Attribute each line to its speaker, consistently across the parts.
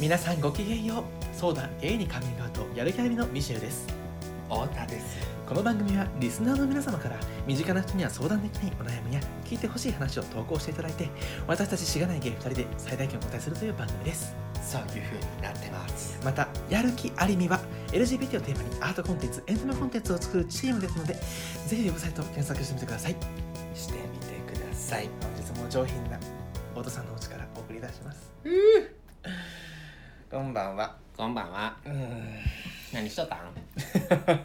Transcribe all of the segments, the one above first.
Speaker 1: 皆さんごきげんようそうだゲイにカミングアウトやる気ありのミシェルです
Speaker 2: 太田です
Speaker 1: この番組はリスナーの皆様から身近な人には相談できないお悩みや聞いてほしい話を投稿していただいて私たちしがないゲイ2人で最大限お答えするという番組です
Speaker 2: そういう風になってます
Speaker 1: またやる気ありみは LGBT をテーマにアートコンテンツエンタメコンテンツを作るチームですのでぜひウェブサイトを検索してみてください
Speaker 2: してみてください
Speaker 1: 本日も上品なお父さんのお家からお送りいたしますこんばんは
Speaker 2: こんばんは
Speaker 1: うーん
Speaker 2: 何しとったん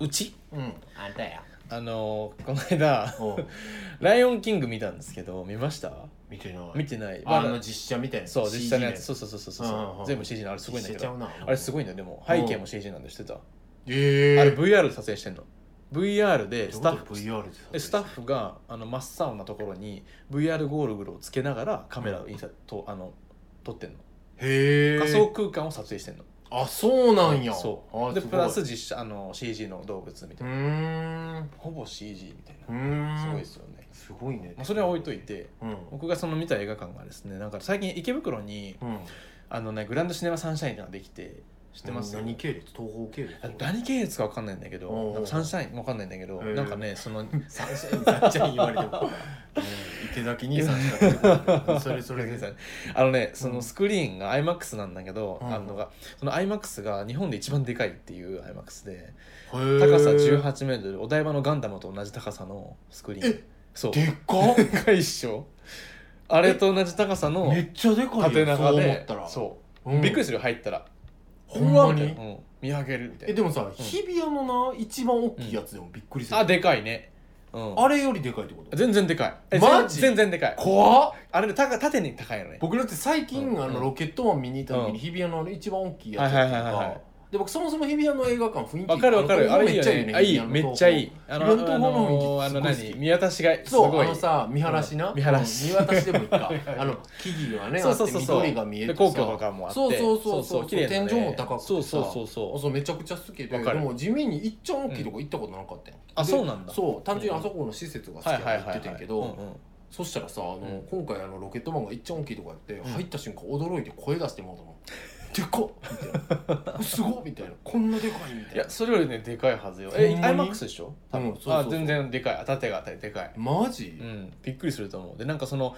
Speaker 1: うち
Speaker 2: うんあんたや
Speaker 1: あのーこの間
Speaker 2: おう
Speaker 1: ライオンキング見たんですけど見ました
Speaker 2: 見てない
Speaker 1: 見てない、
Speaker 2: あ
Speaker 1: ま
Speaker 2: の
Speaker 1: あ
Speaker 2: 実写みたいな
Speaker 1: そう実際のやつ
Speaker 2: CG
Speaker 1: そうそうそうそうそう
Speaker 2: うんうん
Speaker 1: 全部 CG のあれすごいんだけ
Speaker 2: 実写ちゃ
Speaker 1: ど
Speaker 2: うな
Speaker 1: あれすご
Speaker 2: い
Speaker 1: いんだよでも背景も CG なんでしてた、
Speaker 2: ええ
Speaker 1: あれ VR で撮影してんの VR でスタッフ
Speaker 2: VR で撮
Speaker 1: で
Speaker 2: 影
Speaker 1: スタッフがあの真っ青なところに VR ゴーグルをつけながらカメラを印刷とあの撮ってんの
Speaker 2: へえ
Speaker 1: 仮想空間を撮影してんの
Speaker 2: あそうなんや
Speaker 1: そう
Speaker 2: あ
Speaker 1: でプラス
Speaker 2: う
Speaker 1: 実写あの CG の動物みた
Speaker 2: ー
Speaker 1: いなん
Speaker 2: う
Speaker 1: ほぼ CG みたい
Speaker 2: ー
Speaker 1: なんすごいですよね、
Speaker 2: すごいね
Speaker 1: まあ、それは置いといて
Speaker 2: うん
Speaker 1: 僕がその見た映画館がですねなんか最近池袋に
Speaker 2: うん
Speaker 1: あのねグランドシネマサンシャインってのができて知ってます
Speaker 2: 何系列東方系列
Speaker 1: あ何系列か分かんないんだけ
Speaker 2: おうお
Speaker 1: ど
Speaker 2: う
Speaker 1: なんかサンシャインも分かんないんだけど
Speaker 2: へえ
Speaker 1: なんかねその
Speaker 2: サンシャインサンシャイン言われても、池崎兄さんしか出てこないからそれそ れでさ
Speaker 1: あのねそうの
Speaker 2: ん
Speaker 1: スクリーンが IMAX なんだけど、
Speaker 2: うん
Speaker 1: あのがその IMAX が日本で一番でかいっていう IMAX で
Speaker 2: 高
Speaker 1: 高さ1 8ルお台場のガンダムと同じ高さのスクリーンそう
Speaker 2: でっか
Speaker 1: でかいっしょあれと同じ高さの
Speaker 2: めっちゃでかいよ
Speaker 1: 縦
Speaker 2: そ
Speaker 1: 長
Speaker 2: う思っ
Speaker 1: で
Speaker 2: たら
Speaker 1: そう、
Speaker 2: うん
Speaker 1: びっくりするよ入ったら
Speaker 2: ほんま
Speaker 1: うわみ
Speaker 2: に
Speaker 1: たいなうん見上げるみた
Speaker 2: え
Speaker 1: い
Speaker 2: で
Speaker 1: な
Speaker 2: もさ日比谷のな一番大きいやつでもびっくりする
Speaker 1: あでかいねうん
Speaker 2: あれよりでかいってこと
Speaker 1: 全然でかいえ
Speaker 2: マジ
Speaker 1: 全然でかい
Speaker 2: 怖っ
Speaker 1: あれで高縦に高いよね
Speaker 2: 僕だって最近、
Speaker 1: うん
Speaker 2: あ
Speaker 1: う
Speaker 2: の
Speaker 1: ん
Speaker 2: ロケットマン見に行った時
Speaker 1: うん
Speaker 2: に日比谷のあの一番大きいやつ
Speaker 1: は
Speaker 2: や
Speaker 1: い
Speaker 2: っ
Speaker 1: は
Speaker 2: た
Speaker 1: いはいはい
Speaker 2: で僕そもそも日比谷の映画館雰囲気
Speaker 1: わかるわかるあ
Speaker 2: あ
Speaker 1: れ
Speaker 2: れ
Speaker 1: い
Speaker 2: め
Speaker 1: い
Speaker 2: っ
Speaker 1: よ
Speaker 2: ちゃいい
Speaker 1: ね
Speaker 2: ね
Speaker 1: あい
Speaker 2: 日比
Speaker 1: い
Speaker 2: 谷の東
Speaker 1: めっ
Speaker 2: 宝
Speaker 1: ちゃいいあのあ
Speaker 2: いろんなもの
Speaker 1: のあ
Speaker 2: にす
Speaker 1: の
Speaker 2: ごい好き
Speaker 1: 何見渡しがす
Speaker 2: そう
Speaker 1: ご
Speaker 2: あ
Speaker 1: い
Speaker 2: のさ見晴らしな、
Speaker 1: 見晴らし
Speaker 2: うん見渡しでもいい か
Speaker 1: いはい
Speaker 2: あの木々がね
Speaker 1: そうそうそうそう
Speaker 2: あって緑が見えて
Speaker 1: で
Speaker 2: さ
Speaker 1: 皇居とかもあって
Speaker 2: そうそうそう
Speaker 1: そ
Speaker 2: そう
Speaker 1: そう
Speaker 2: う
Speaker 1: 綺麗なね
Speaker 2: 天井も高くてさ
Speaker 1: そうそうそうそう
Speaker 2: あそうめちゃくちゃ好きでで
Speaker 1: わかる
Speaker 2: も地味にいっちゃん大きいとこ行ったことなかったよ、
Speaker 1: あ
Speaker 2: で
Speaker 1: そうなんだ
Speaker 2: そう単純にあそこの施設が好きだから行っててんけ
Speaker 1: うん
Speaker 2: ど
Speaker 1: うん
Speaker 2: そしたらさあの、
Speaker 1: うん
Speaker 2: 今回あのロケットマンがいっちゃん大きいとこやって、
Speaker 1: うん
Speaker 2: 入った瞬間驚いて声出してもうと思 うでかっみたいなすごっみたいなこんなでかいみたいな
Speaker 1: いやそれよりねでかいはずよえ
Speaker 2: ほんまに
Speaker 1: iMAX でしょ多分
Speaker 2: うんそうそうそう
Speaker 1: あ全然でかいあ縦が縦でかい
Speaker 2: マジ、
Speaker 1: うんびっくりすると思うでなんかその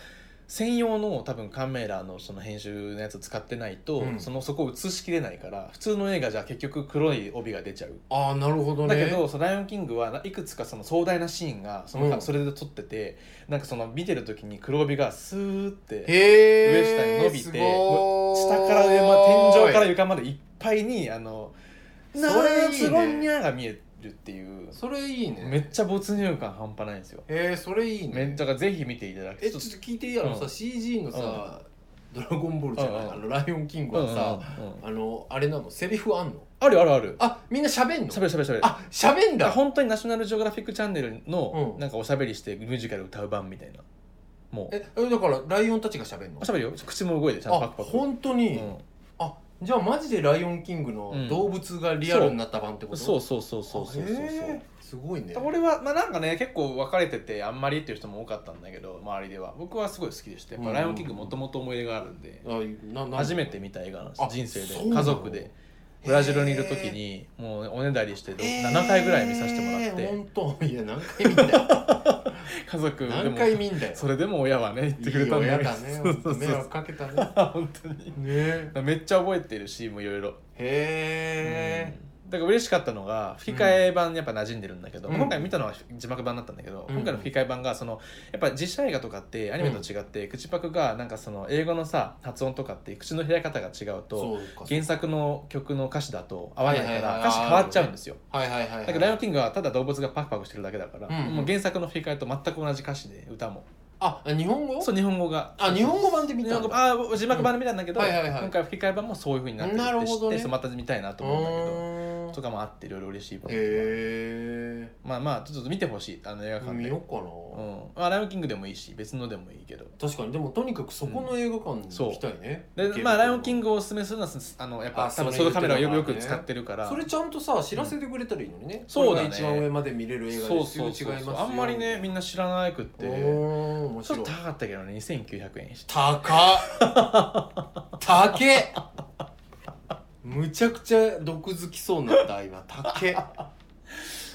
Speaker 1: 専用の多分カメラのその編集のやつ使ってないと、
Speaker 2: うん
Speaker 1: そのそこ映しきれないから普通の映画じゃ結局黒い帯が出ちゃう
Speaker 2: ああなるほどね
Speaker 1: だけど、そのライオンキングはいくつかその壮大なシーンがその、
Speaker 2: うん
Speaker 1: それで撮っててなんかその見てる時に黒帯がスーって
Speaker 2: へえ
Speaker 1: 上下に伸びて下から上ま天井から
Speaker 2: ら
Speaker 1: 床までいっぱいにあの「
Speaker 2: そ
Speaker 1: な
Speaker 2: れいい
Speaker 1: ー
Speaker 2: ね
Speaker 1: つろんにゃ」が見えるっていう
Speaker 2: それいいね
Speaker 1: めっちゃ没入感半端ないんですよ。
Speaker 2: えー、それいいね
Speaker 1: めだからぜひ見ていただき
Speaker 2: えちょっと聞いていいあのさ、
Speaker 1: うん
Speaker 2: CG のさ、ドラゴンボール」じゃない、
Speaker 1: うんうん
Speaker 2: あのライオンキングはさ、
Speaker 1: うんうんうん
Speaker 2: あのあれなのセリフあんの
Speaker 1: あるあるある。
Speaker 2: あみんな喋んの
Speaker 1: しゃべるしゃべるしゃべる。
Speaker 2: あ喋んだ
Speaker 1: 本当にナショナルジオグラフィックチャンネルの
Speaker 2: うん
Speaker 1: なんかおしゃべりしてミュージカル歌う版みたいな。もう。
Speaker 2: ええだからライオンたちが喋んの
Speaker 1: おしゃべりよ。口も動いてちゃんとパ
Speaker 2: あ
Speaker 1: クパク。
Speaker 2: 本当に、あじゃあマジでライオンキング
Speaker 1: うん
Speaker 2: の動物がリアルになった版って
Speaker 1: う
Speaker 2: こ
Speaker 1: ん
Speaker 2: と、
Speaker 1: そううそうそうそうそうそうそう。
Speaker 2: すごいね
Speaker 1: 俺はまあなんかね結構分かれててあんまりっていう人も多かったんだけど周りでは僕はすごい好きでしてやっぱ「ライオンキング」もともと思い出があるんで
Speaker 2: あなな
Speaker 1: 初めて見た映画なんです
Speaker 2: あ
Speaker 1: 人生
Speaker 2: そう
Speaker 1: で
Speaker 2: なの
Speaker 1: 家族でブラジルにいる時にもうねおねだりして7回ぐらい見させてもらっ
Speaker 2: えー
Speaker 1: て
Speaker 2: 本当いや何回見たよ
Speaker 1: 家族で
Speaker 2: 何
Speaker 1: も
Speaker 2: 回見んだよ
Speaker 1: それでも親はね言ってくれたん
Speaker 2: いい親
Speaker 1: だけど
Speaker 2: だね
Speaker 1: そう そうそう
Speaker 2: 迷惑かけたね
Speaker 1: 本当に
Speaker 2: ねえ
Speaker 1: めっちゃ覚えてるしもういろいろ
Speaker 2: へえ
Speaker 1: うんだから嬉しかったのが吹き替え版やっぱ馴染んでるんだけど、
Speaker 2: うん
Speaker 1: 今回見たのは字幕版だったんだけど、
Speaker 2: うん
Speaker 1: 今回の吹き替え版がそのやっぱ実写映画とかってアニメと違って、口パクがなんかその英語のさ発音とかって口の開き方が違うと
Speaker 2: そうか
Speaker 1: 原作の曲の歌詞だと合わない
Speaker 2: は
Speaker 1: か
Speaker 2: いはいは
Speaker 1: ら
Speaker 2: い
Speaker 1: 歌詞変わっちゃうんですよ。
Speaker 2: はいはいはいはい
Speaker 1: だからライオンキングはただ動物がパクパクしてるだけだから、
Speaker 2: うん
Speaker 1: もう原作の吹き替えと全く同じ歌詞で歌も
Speaker 2: あ日本語
Speaker 1: そう日本語が
Speaker 2: あ日本語版で見
Speaker 1: 日
Speaker 2: た
Speaker 1: 本
Speaker 2: ん
Speaker 1: 語
Speaker 2: だ
Speaker 1: あ字幕版で見たんだけど、
Speaker 2: うんはいはいはい
Speaker 1: 今回吹き替え版もそういうふうになってるって
Speaker 2: なる
Speaker 1: 知
Speaker 2: ほ
Speaker 1: って、
Speaker 2: どね
Speaker 1: そうまた見たいなと
Speaker 2: う
Speaker 1: 思うんだけど。
Speaker 2: ーん
Speaker 1: とかもあっていろいろ嬉しいポイントが
Speaker 2: へ
Speaker 1: まあまあちょっと見てほしいあの映画
Speaker 2: え
Speaker 1: 館
Speaker 2: 見
Speaker 1: で、
Speaker 2: よ
Speaker 1: う
Speaker 2: う
Speaker 1: ん
Speaker 2: かな、
Speaker 1: まあ、ライオンキングでもいいし別のでもいいけど
Speaker 2: 確かにでもとにかくそこの映画館に
Speaker 1: そう
Speaker 2: 行きたいね、
Speaker 1: でまあライオンキン
Speaker 2: グ
Speaker 1: グをおすすめするのはあのやっぱ
Speaker 2: あ
Speaker 1: 多分
Speaker 2: そ
Speaker 1: そ
Speaker 2: れ
Speaker 1: のカメラをよく
Speaker 2: 言
Speaker 1: よ
Speaker 2: って
Speaker 1: く
Speaker 2: たからね
Speaker 1: 使ってるから
Speaker 2: それちゃんとさ知らせてくれたらいいのにね、
Speaker 1: そうだね
Speaker 2: これが一番上まで見れる映画
Speaker 1: そう
Speaker 2: です
Speaker 1: そ
Speaker 2: よ
Speaker 1: うそう
Speaker 2: 違いますよ
Speaker 1: あんまりねみんな知らなく
Speaker 2: お
Speaker 1: て
Speaker 2: ー面
Speaker 1: ちょっ
Speaker 2: 白
Speaker 1: と
Speaker 2: い
Speaker 1: 高かったけどね2900円して
Speaker 2: 高っ高っむちゃくちゃ毒づきそうになった今竹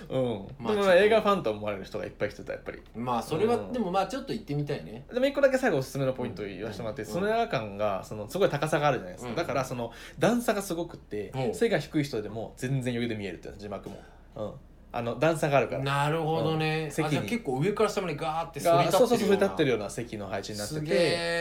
Speaker 1: うん、
Speaker 2: まあちょ
Speaker 1: でも
Speaker 2: っ
Speaker 1: ま
Speaker 2: と
Speaker 1: あ映画ファンと思われる人がいっぱい来てたやっぱり
Speaker 2: まあそれは、
Speaker 1: うん
Speaker 2: でもまあちょっと行ってみたいね
Speaker 1: でも一個だけ最後おすすめのポイントを言わせてもらって、
Speaker 2: うん
Speaker 1: その映画館がそのすごい高さがあるじゃないですか、
Speaker 2: うん
Speaker 1: だからその段差がすごくって、
Speaker 2: うん
Speaker 1: 背が低い人でも全然余裕で見えるっていう字幕も、うん、あの段差があるから
Speaker 2: なるほどね、
Speaker 1: 席に
Speaker 2: あじゃあ結構上から下までガーって
Speaker 1: がそうそうそう
Speaker 2: 反
Speaker 1: そ
Speaker 2: り
Speaker 1: り立ってる
Speaker 2: よ
Speaker 1: ような席の配置になってて
Speaker 2: すげー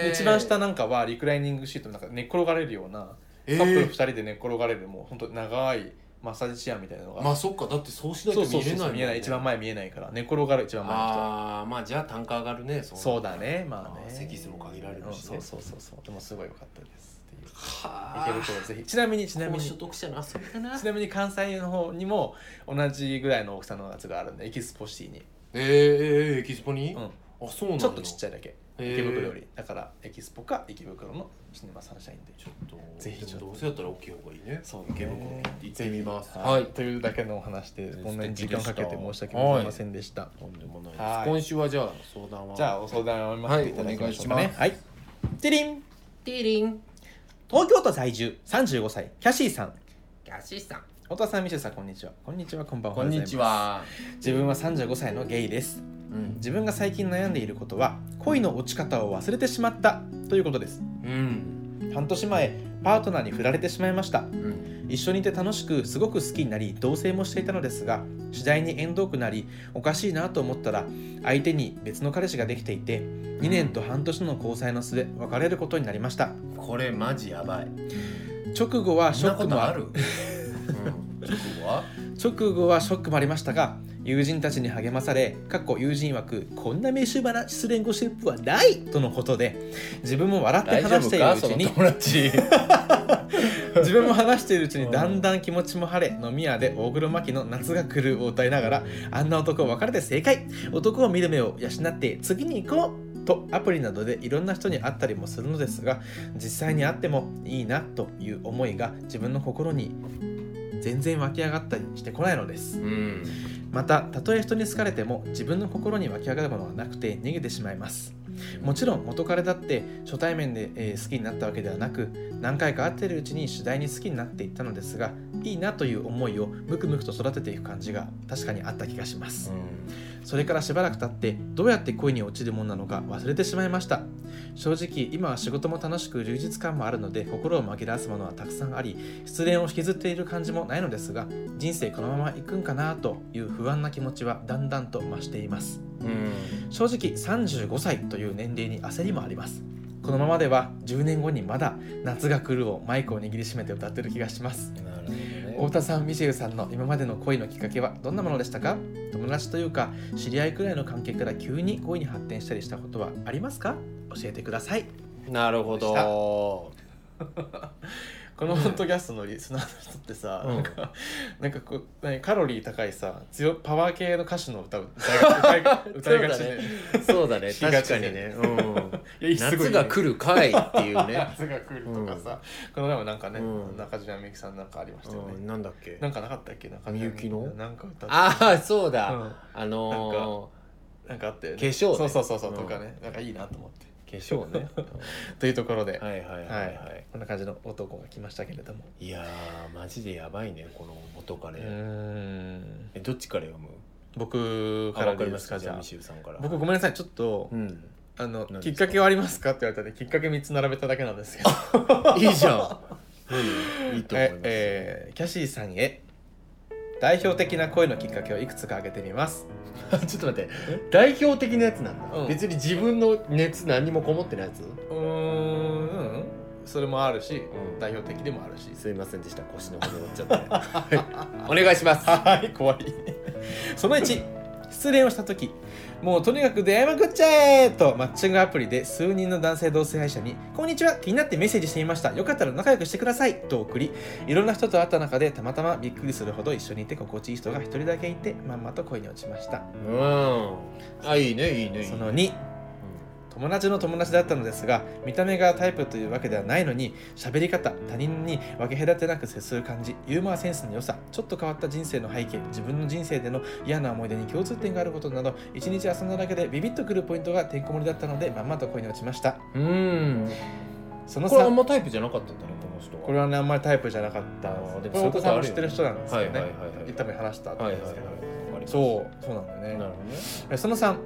Speaker 1: で一番下なんかはリクライニングシートなんか寝っ転がれるような、
Speaker 2: う
Speaker 1: カ
Speaker 2: な
Speaker 1: ップル
Speaker 2: え
Speaker 1: 2人で寝っ転がれるもう本当長いマッサージチェアみたいなの
Speaker 2: ー
Speaker 1: が、
Speaker 2: まあそっかだってそうしないと
Speaker 1: そう
Speaker 2: 見れな
Speaker 1: そ
Speaker 2: いもね、
Speaker 1: うんそう見えない一番前見えないから寝転がる一番前の人は
Speaker 2: ああまあじゃあ単価上がるねそ
Speaker 1: そうだねまあね
Speaker 2: あー席数も限られるしね
Speaker 1: うんそうそうそうそうでもすごい良かったですっていう
Speaker 2: は
Speaker 1: 池袋ぜひちなみにち
Speaker 2: ちな
Speaker 1: なみ
Speaker 2: み
Speaker 1: に
Speaker 2: に所
Speaker 1: ち
Speaker 2: 得者の遊びだな
Speaker 1: なみに関西の方にも同じぐらいの大きさのやつがあるんでエキスポシティに、
Speaker 2: えー、えー、エキスポに、
Speaker 1: うん
Speaker 2: あそうなの
Speaker 1: ちょっとちっち
Speaker 2: ゃい
Speaker 1: ゃいだけ
Speaker 2: へー
Speaker 1: 池袋よりだからエキスポか池袋のシネマサンシャインで
Speaker 2: ちょっと
Speaker 1: ぜひちょっと
Speaker 2: どうせやったら大きい方がいいね
Speaker 1: そう
Speaker 2: 池袋に行ってみます
Speaker 1: はい、というだけのお話でこんなに時間かけて申し訳ございませんでした、
Speaker 2: とんでもないです、
Speaker 1: はい
Speaker 2: 今週はじゃあ相談は
Speaker 1: じゃあお相談を待っていただきましょうかね
Speaker 2: はいお願いします
Speaker 1: はいてりん
Speaker 2: ティリン
Speaker 1: 東京都在住35歳キャシーさん
Speaker 2: キャシーさん
Speaker 1: 太田さんミシェルさんこんにちはこんにちはこんばんは
Speaker 2: こんにちは
Speaker 1: 自分は35歳のゲイです
Speaker 2: うん、
Speaker 1: 自分が最近悩んでいることは恋の落ち方を忘れてしまったということです
Speaker 2: うん
Speaker 1: 半年前パートナーに振られてしまいまし
Speaker 2: う
Speaker 1: た
Speaker 2: ん、
Speaker 1: 一緒にいて楽しくすごく好きになり同棲もしていたのですが次第に縁遠くなりおかしいなと思ったら相手に別の彼氏ができていて2年と半年の交際の末別れることになりました
Speaker 2: これマジやばい
Speaker 1: 直後はシ
Speaker 2: そんな
Speaker 1: ョッ
Speaker 2: こ
Speaker 1: クも
Speaker 2: と
Speaker 1: あ
Speaker 2: ある、 うん、直後は
Speaker 1: 直後はショックもありましたが友人たちに励まされかっこ友人曰くこんな飯花失恋ゴシップはないとのことで自分も笑って話しているうちに
Speaker 2: 達
Speaker 1: 自分も話しているうちにだんだん気持ちも晴れ飲み屋で大黒摩季の「夏が来る」を歌いながらあんな男を別れて正解男を見る目を養って次に行こうとアプリなどでいろんな人に会ったりもするのですが実際に会ってもいいなという思いが自分の心に全然湧き上がったりしてこないのです
Speaker 2: うん
Speaker 1: またたとえ人に好かれても自分の心に湧き上がるものはなくて逃げてしまいますもちろん元彼だって初対面で、えー好きになったわけではなく何回か会ってるうちに次第に好きになっていったのですがいいなという思いをムクムクと育てていく感じが確かにあった気がしますそれからしばらく経ってどうやって恋に落ちるものなのか忘れてしまいました正直今は仕事も楽しく充実感もあるので心を紛らわすものはたくさんあり失恋を引きずっている感じもないのですが人生このままいくんかなという不安な気持ちはだんだんと増しています
Speaker 2: うん
Speaker 1: 正直35歳という年齢に焦りもありますこのままでは10年後にまだ「夏が来る」をマイクを握りしめて歌ってる気がします
Speaker 2: なるほどね
Speaker 1: 太田さんミシェルさんの今までの恋のきっかけはどんなものでしたか友達というか知り合いくらいの関係から急に恋に発展したりしたことはありますか教えてください
Speaker 2: なるほど。
Speaker 1: このポッドキャストのリ スナーの人ってさ、
Speaker 2: うん
Speaker 1: なんかなんかこう何カロリー高いさ強パワー系の歌手の歌を歌い 歌い歌いがちで、
Speaker 2: そうだね。
Speaker 1: 弾きが
Speaker 2: 確
Speaker 1: ち
Speaker 2: か
Speaker 1: で
Speaker 2: にね。うん。
Speaker 1: いやすご
Speaker 2: 夏
Speaker 1: いね
Speaker 2: が来るかいっていうね。
Speaker 1: 夏が来るとかさ、この前もなんかね、
Speaker 2: うん
Speaker 1: 中島みゆきさんなんかありましたよね、
Speaker 2: うんなんだっけ
Speaker 1: なんかなかったっけ中島
Speaker 2: みゆきの
Speaker 1: なんか歌って
Speaker 2: ああそうだ。
Speaker 1: うん
Speaker 2: あの
Speaker 1: なんかあったよね
Speaker 2: 化粧ね
Speaker 1: そうそうそうそう、
Speaker 2: うん
Speaker 1: とかねなんかいいなと思って
Speaker 2: ー、化粧ね。
Speaker 1: というところで、
Speaker 2: はいはいはい
Speaker 1: は、
Speaker 2: はいい。
Speaker 1: こんな感じの男が来ましたけれども。
Speaker 2: いやーマジでやばいねこの元カ
Speaker 1: う
Speaker 2: レ。
Speaker 1: ーん。
Speaker 2: えどっちから読む？
Speaker 1: 僕
Speaker 2: あ
Speaker 1: か
Speaker 2: わ
Speaker 1: ら
Speaker 2: かり
Speaker 1: でいいで
Speaker 2: ます
Speaker 1: す
Speaker 2: か
Speaker 1: かじ
Speaker 2: じゃあ
Speaker 1: ゃ
Speaker 2: ミシルさんから
Speaker 1: あ。。僕ごめんなさいちょっと、
Speaker 2: うん。
Speaker 1: あの
Speaker 2: 何
Speaker 1: き
Speaker 2: です
Speaker 1: っ
Speaker 2: か
Speaker 1: かけはありますかって言われたんできっかけ3つ並べただけなんですけど。
Speaker 2: いいじ ゃん。うんいいと思いま
Speaker 1: え
Speaker 2: す。
Speaker 1: えーキャシーさんへ代表的な恋のきっかけをいくつか挙げてみます。
Speaker 2: ちょっと待って代表的なやつなんだ、
Speaker 1: うん
Speaker 2: 別に自分の熱何もこもってないやつ
Speaker 1: うーん。うんそれもあるし、
Speaker 2: うん
Speaker 1: 代表的でもあるし。
Speaker 2: すいませんでした腰の骨折っちゃって はいお願いします
Speaker 1: はい、怖い。その1、失恋をした時もうとにかく出会いまくっちゃえとマッチングアプリで数人の男性同性愛者に「こんにちは気になってメッセージしてみましたよかったら仲良くしてください」と送りいろんな人と会った中でたまたまびっくりするほど一緒にいて心地いい人が一人だけいてまんまと恋に落ちました
Speaker 2: うんあいいねいいねいいね
Speaker 1: その2友達の友達だったのですが見た目がタイプというわけではないのに喋り方他人に分け隔てなく接する感じユーモアセンスの良さちょっと変わった人生の背景自分の人生での嫌な思い出に共通点があることなど一日遊んだだけでビビッとくるポイントがてんこ盛りだったのでまんまと恋に落ちました
Speaker 2: うん、うん
Speaker 1: その
Speaker 2: これあ
Speaker 1: さ
Speaker 2: んまタイプじゃなかったんだねこの人は
Speaker 1: これはねあんまりタイプじゃなかったんです
Speaker 2: あーでも
Speaker 1: こ
Speaker 2: そ
Speaker 1: れ
Speaker 2: ういう
Speaker 1: お
Speaker 2: こ
Speaker 1: 子
Speaker 2: と
Speaker 1: さ
Speaker 2: あ
Speaker 1: ん
Speaker 2: るよ
Speaker 1: も知ってる人なんですよ
Speaker 2: はい
Speaker 1: ね、
Speaker 2: はいはいはい
Speaker 1: 多分話したと
Speaker 2: は
Speaker 1: 思う
Speaker 2: い
Speaker 1: ん
Speaker 2: はい
Speaker 1: で
Speaker 2: はい
Speaker 1: すけど、
Speaker 2: はい
Speaker 1: そうそうなんだよね
Speaker 2: なるほどね
Speaker 1: えその3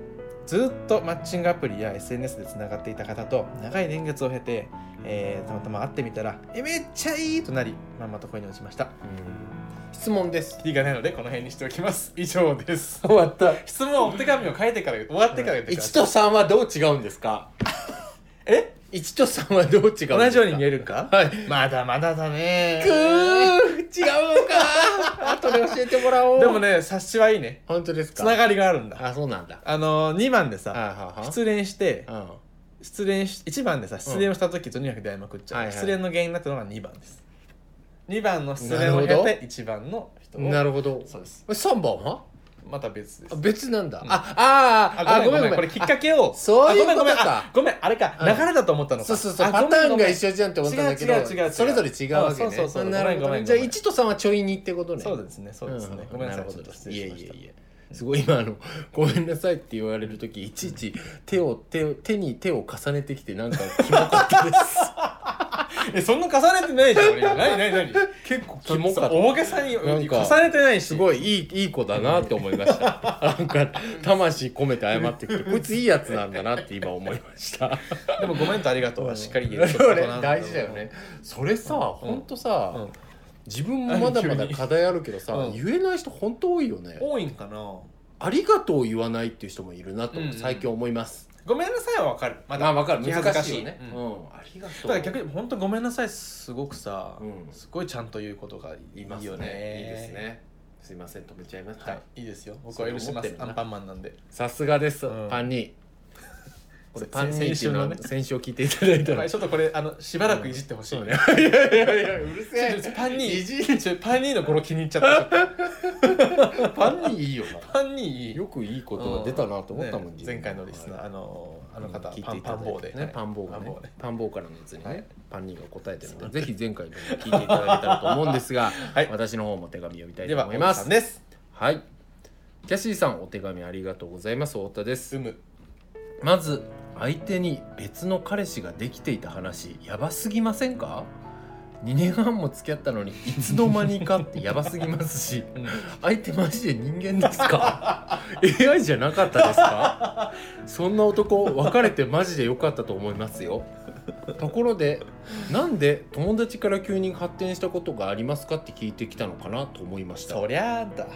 Speaker 1: ずっとマッチングアプリや SNS でつながっていた方と長い年月を経て、えーたまたま会ってみたら「えめっちゃいい!」となりまんまと恋に落ちました
Speaker 2: 質問です
Speaker 1: キリがないのでこの辺にしておきます以上です
Speaker 2: 終わった
Speaker 1: 質問お手紙を書いてから終わってから言ってくだ
Speaker 2: 1
Speaker 1: さい
Speaker 2: と3はどう違うんです か
Speaker 1: え
Speaker 2: 1と3はどう違うんですか
Speaker 1: 同じように見え
Speaker 2: る
Speaker 1: るんか
Speaker 2: はい
Speaker 1: まだまだだ
Speaker 2: くー
Speaker 1: ね
Speaker 2: 違うのか後で教えてもらおう
Speaker 1: でもね察しはいいね
Speaker 2: 本当ですか
Speaker 1: つながりがあるんだ
Speaker 2: あそうなんだ
Speaker 1: あの2番で
Speaker 2: あ
Speaker 1: さ
Speaker 2: はは
Speaker 1: 失恋して
Speaker 2: うん
Speaker 1: 失恋し1番でさ失恋をした時とにかく出会いまくっちゃう、
Speaker 2: はいはい
Speaker 1: 失恋の原因になったのが2番です2番の失恋
Speaker 2: なるほ
Speaker 1: を
Speaker 2: ど
Speaker 1: 経て1番の人を
Speaker 2: なるほど
Speaker 1: そうです
Speaker 2: 3番は
Speaker 1: また別です
Speaker 2: あ別なんだ、
Speaker 1: うん
Speaker 2: ああー
Speaker 1: あごめんごめん
Speaker 2: あ
Speaker 1: これきっかけを
Speaker 2: そういう
Speaker 1: あごめんごめん
Speaker 2: ことか
Speaker 1: あごめんあれか、
Speaker 2: うん
Speaker 1: 流れだと思ったのか
Speaker 2: そうそうそう
Speaker 1: あ
Speaker 2: パターンが
Speaker 1: 緒
Speaker 2: 一緒じゃんって思ったんだけど
Speaker 1: 違う違う違う違う
Speaker 2: それぞれ違うわけね
Speaker 1: あそうそうそう
Speaker 2: あなるほど
Speaker 1: ごめんごめんごめ
Speaker 2: ね
Speaker 1: ん
Speaker 2: じゃあ1と3はちょいにってことね
Speaker 1: そうですねそうですね、ごめんなさい
Speaker 2: るほ
Speaker 1: ち
Speaker 2: ど
Speaker 1: ょっと失礼しました
Speaker 2: いえいえいえすごい今あの「ごめんなさい」って言われる時いちいち手を手を手に手を重ねてきてなんかキモかったです
Speaker 1: えそんな重ねてないじゃん俺 今何何何
Speaker 2: 結構キモかった
Speaker 1: 大げさに
Speaker 2: な
Speaker 1: 重
Speaker 2: んか
Speaker 1: ねてないし
Speaker 2: すごいいいいい子だなって思いました なんか魂込めて謝ってくるこいついいやつなんだなって今思いました
Speaker 1: でもごめんとありがとうはしっかり言えるってこ
Speaker 2: そ
Speaker 1: と
Speaker 2: れ
Speaker 1: なん
Speaker 2: 大事だよねそれさ
Speaker 1: うん
Speaker 2: ほんとさ、
Speaker 1: うん
Speaker 2: 自分もまだまだ課題あるけどさ、
Speaker 1: うん
Speaker 2: 言えない人ほんと多いよね
Speaker 1: 多いんかな
Speaker 2: ありがとう言わないっていう人もいるなと
Speaker 1: うんうん
Speaker 2: 最近思います、
Speaker 1: ごめんなさいはわかるまだ
Speaker 2: あ分かる
Speaker 1: 気恥ずかしいよね
Speaker 2: 難しいようんありがとう
Speaker 1: ただ逆に本当ごめんなさいすごくさ、
Speaker 2: うん
Speaker 1: すごいちゃんと言うことがい
Speaker 2: い
Speaker 1: い
Speaker 2: ますね
Speaker 1: よね
Speaker 2: いいですねすいません止めちゃいました、
Speaker 1: はいいいですよ僕は許
Speaker 2: そ
Speaker 1: します
Speaker 2: う思ってる
Speaker 1: ア
Speaker 2: な
Speaker 1: ンパンマンなんで
Speaker 2: さすがです、
Speaker 1: うん
Speaker 2: パンニーこれ
Speaker 1: せ
Speaker 2: パンニーっていうのは
Speaker 1: 先週のね
Speaker 2: 先週を聞いていただいた
Speaker 1: やっぱ
Speaker 2: ら
Speaker 1: りちょっとこれあのしばらくいじってほしい、
Speaker 2: そうねいやいやいやうるせえ
Speaker 1: ちょっとパンに
Speaker 2: いじ
Speaker 1: ちょパンニーの頃気に入っちゃったちょっ
Speaker 2: パンニーいいよな
Speaker 1: とパンニー
Speaker 2: よくいいことが出たなと思ったもん、
Speaker 1: ね前回のリスナー、あのあの方、パンパンボーで、
Speaker 2: ね、パンボーが
Speaker 1: パン
Speaker 2: ね
Speaker 1: ボーで
Speaker 2: パンボーからのやつにね、
Speaker 1: はい
Speaker 2: パンニーが答えてる
Speaker 1: そ
Speaker 2: の
Speaker 1: う
Speaker 2: でぜひ前回のも聞いていただけたらと思うんですが、
Speaker 1: はい
Speaker 2: 私の方も手紙読みたい
Speaker 1: で
Speaker 2: と
Speaker 1: は
Speaker 2: 思いま
Speaker 1: 大田さ
Speaker 2: す
Speaker 1: んです
Speaker 2: はいキャシーさんお手紙ありがとうございます太田です
Speaker 1: 住む
Speaker 2: まず相手に別の彼氏ができていた話やばすぎませんか2年半も付き合ったのにいつの間にかってやばすぎますし相手マジで人間ですか AI じゃなかったですかそんな男別れてマジで良かったと思いますよところでなんで友達から急に発展したことがありますかって聞いてきたのかなと思いました
Speaker 1: そりゃあだ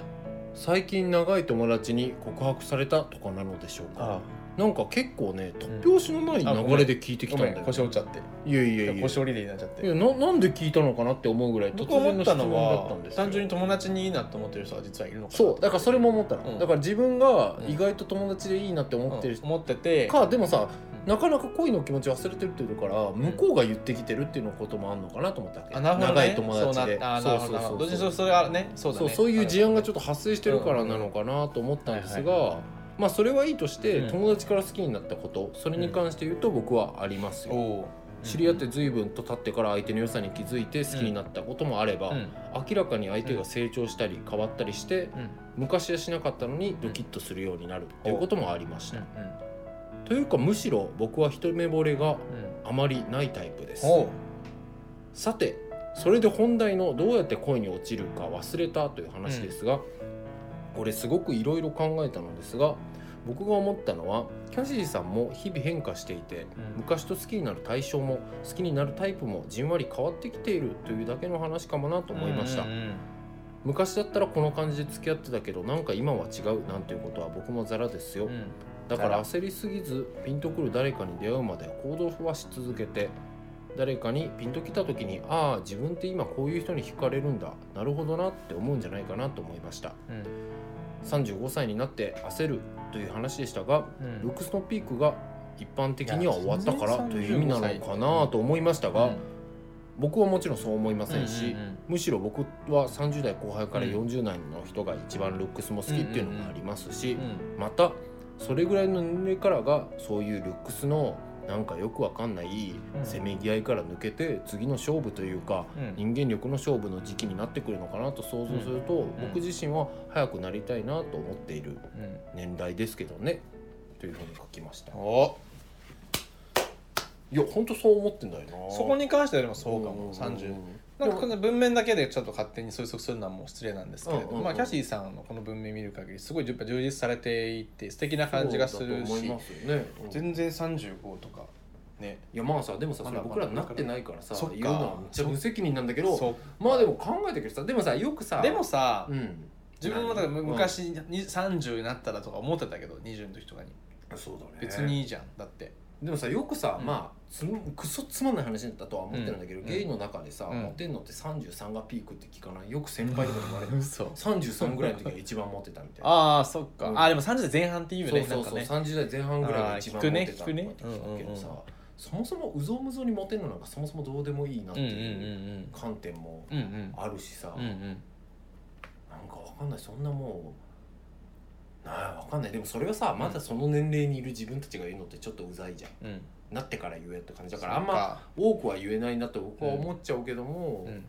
Speaker 2: 最近長い友達に告白されたとかなのでしょうかなんか結構ね突拍子のない流れで聞いてき
Speaker 1: ご
Speaker 2: たんだ
Speaker 1: め
Speaker 2: よ、
Speaker 1: ん腰折っちゃって
Speaker 2: いやいやいや
Speaker 1: 腰折りでになっちゃって
Speaker 2: いやななんで聞いたのかなって思うぐらい突
Speaker 1: 僕思
Speaker 2: 然
Speaker 1: っ
Speaker 2: の質
Speaker 1: た
Speaker 2: 問だ
Speaker 1: の
Speaker 2: った
Speaker 1: は
Speaker 2: んですよ
Speaker 1: 単純に友達にいいなと思ってる人は実はいるのかな
Speaker 2: そうだからそれも思ったの、
Speaker 1: うん
Speaker 2: だから自分が
Speaker 1: うん
Speaker 2: 意外と友達でいいなって思ってる
Speaker 1: うん
Speaker 2: 人
Speaker 1: 思ってて
Speaker 2: かでもさ
Speaker 1: うん
Speaker 2: なかなか恋の気持ち忘れてるっていうから向こうが言ってきてるっていうのこともあるのかなと思ったわけ
Speaker 1: あなるほど
Speaker 2: 長
Speaker 1: ね
Speaker 2: い友達で
Speaker 1: そうなあなるほどなるほどどっちにしろそれはねそうだ
Speaker 2: そ
Speaker 1: ね
Speaker 2: うそういう事案がちょっ
Speaker 1: っ
Speaker 2: と発生してるからなのかなと思ったんです
Speaker 1: は
Speaker 2: がまあそれはいいとして
Speaker 1: うん
Speaker 2: 友達から好きになったことそれに関して言うと僕はありますよ
Speaker 1: おう
Speaker 2: 知り合って随分と経ってから相手の良さに気づいて好きになったこともあれば
Speaker 1: うん
Speaker 2: 明らかに相手が成長したり変わったりして
Speaker 1: うん
Speaker 2: 昔はしなかったのにドキッとするようになるっていうこともありまし
Speaker 1: う
Speaker 2: た
Speaker 1: ん
Speaker 2: というかむしろ僕は一目惚れが
Speaker 1: うんうん
Speaker 2: あまりないタイプです
Speaker 1: おう
Speaker 2: さてそれで本題のどうやって恋に落ちるか忘れたという話ですが、これすごくいろいろ考えたのですが僕が思ったのはキャシーさんも日々変化していて
Speaker 1: うん
Speaker 2: 昔と好きになる対象も好きになるタイプもじんわり変わってきているというだけの話かもなと思いました
Speaker 1: うんうん
Speaker 2: 昔だったらこの感じで付き合ってたけどなんか今は違うなんていうことは僕もザラですよ、
Speaker 1: うんうん
Speaker 2: だから焦りすぎずピンとくる誰かに出会うまで行動はし続けて誰かにピンときた時にああ自分って今こういう人に惹かれるんだなるほどなって思うんじゃないかなと思いました
Speaker 1: うん
Speaker 2: 35歳になって焦るという話でしたが
Speaker 1: うん
Speaker 2: ルックスのピークが一般的には終わったから
Speaker 1: いや全然
Speaker 2: という意味なのかなと思いました
Speaker 1: う
Speaker 2: が
Speaker 1: ん
Speaker 2: 僕はもちろんそう思いませんし
Speaker 1: うんうんうん
Speaker 2: むしろ僕は30代後輩から
Speaker 1: うん
Speaker 2: 40代の人が一番ルックスも好きっていうのもありますし
Speaker 1: うん
Speaker 2: またそれぐらいの年齢からがそういうルックスのなんかよくわかんない
Speaker 1: うん
Speaker 2: せめぎ合いから抜けて次の勝負というか
Speaker 1: うん
Speaker 2: 人間力の勝負の時期になってくるのかなと想像すると
Speaker 1: ん
Speaker 2: 僕自身は早くなりたいなと思っている年代ですけどねというふうに書きました
Speaker 1: お
Speaker 2: いや本当そう思ってんだよな
Speaker 1: そこに関してはでもそうか
Speaker 2: う
Speaker 1: も、30
Speaker 2: ん
Speaker 1: なんかこの文面だけでちょっと勝手に推測するのはもう失礼なんですけれど、
Speaker 2: うんうんうん
Speaker 1: まあ、キャシーさんのこの文面見る限りすごいやっぱ充実されていて素敵な感じがす
Speaker 2: そ
Speaker 1: る
Speaker 2: うだと思い
Speaker 1: し
Speaker 2: ますよねうん
Speaker 1: 全然35とかね
Speaker 2: いやまあさでもさそ
Speaker 1: ま
Speaker 2: れ
Speaker 1: だ
Speaker 2: 僕らなってないからさ
Speaker 1: そっか
Speaker 2: 言うのはめっちゃ無責任なんだけど
Speaker 1: そ
Speaker 2: まあでも考えてくれさでもさよくさ
Speaker 1: うでもさ、
Speaker 2: うん
Speaker 1: 自分もだから
Speaker 2: うん
Speaker 1: 昔に30になったらとか思ってたけど20の時とかに
Speaker 2: そうだね
Speaker 1: 別にいいじゃんだって
Speaker 2: でもさよくさ、
Speaker 1: うん
Speaker 2: まあつクソつまんない話だとは思ってるんだけど、
Speaker 1: うん
Speaker 2: ゲイの中でさ、
Speaker 1: うん
Speaker 2: モテんのって33がピークって聞かないよく先輩とかに言われる
Speaker 1: 嘘
Speaker 2: 33ぐらいの時が一番モテたみたいな
Speaker 1: ああそっか、
Speaker 2: うん
Speaker 1: ああでも30代前半っていうよね
Speaker 2: そうそうそう、
Speaker 1: なんかね
Speaker 2: 30代前半ぐらいが一番モテたとか言ってた
Speaker 1: あー聞くね聞くね
Speaker 2: けどさ、
Speaker 1: うんうんうん
Speaker 2: そもそもうぞむぞにモテるのなんかそもそもどうでもいいなって
Speaker 1: うんうん
Speaker 2: いう観点も
Speaker 1: うんうんうん
Speaker 2: あるしさ、
Speaker 1: うんうん
Speaker 2: なんかわかんないそんなもうなあわかんないでもそれはさまだその年齢にいる自分たちが言うのってちょっとうざいじゃん
Speaker 1: うんうん
Speaker 2: なってから言えって感じだ
Speaker 1: だ
Speaker 2: からあんま多くは言えないなと僕は思っちゃうけども、
Speaker 1: うん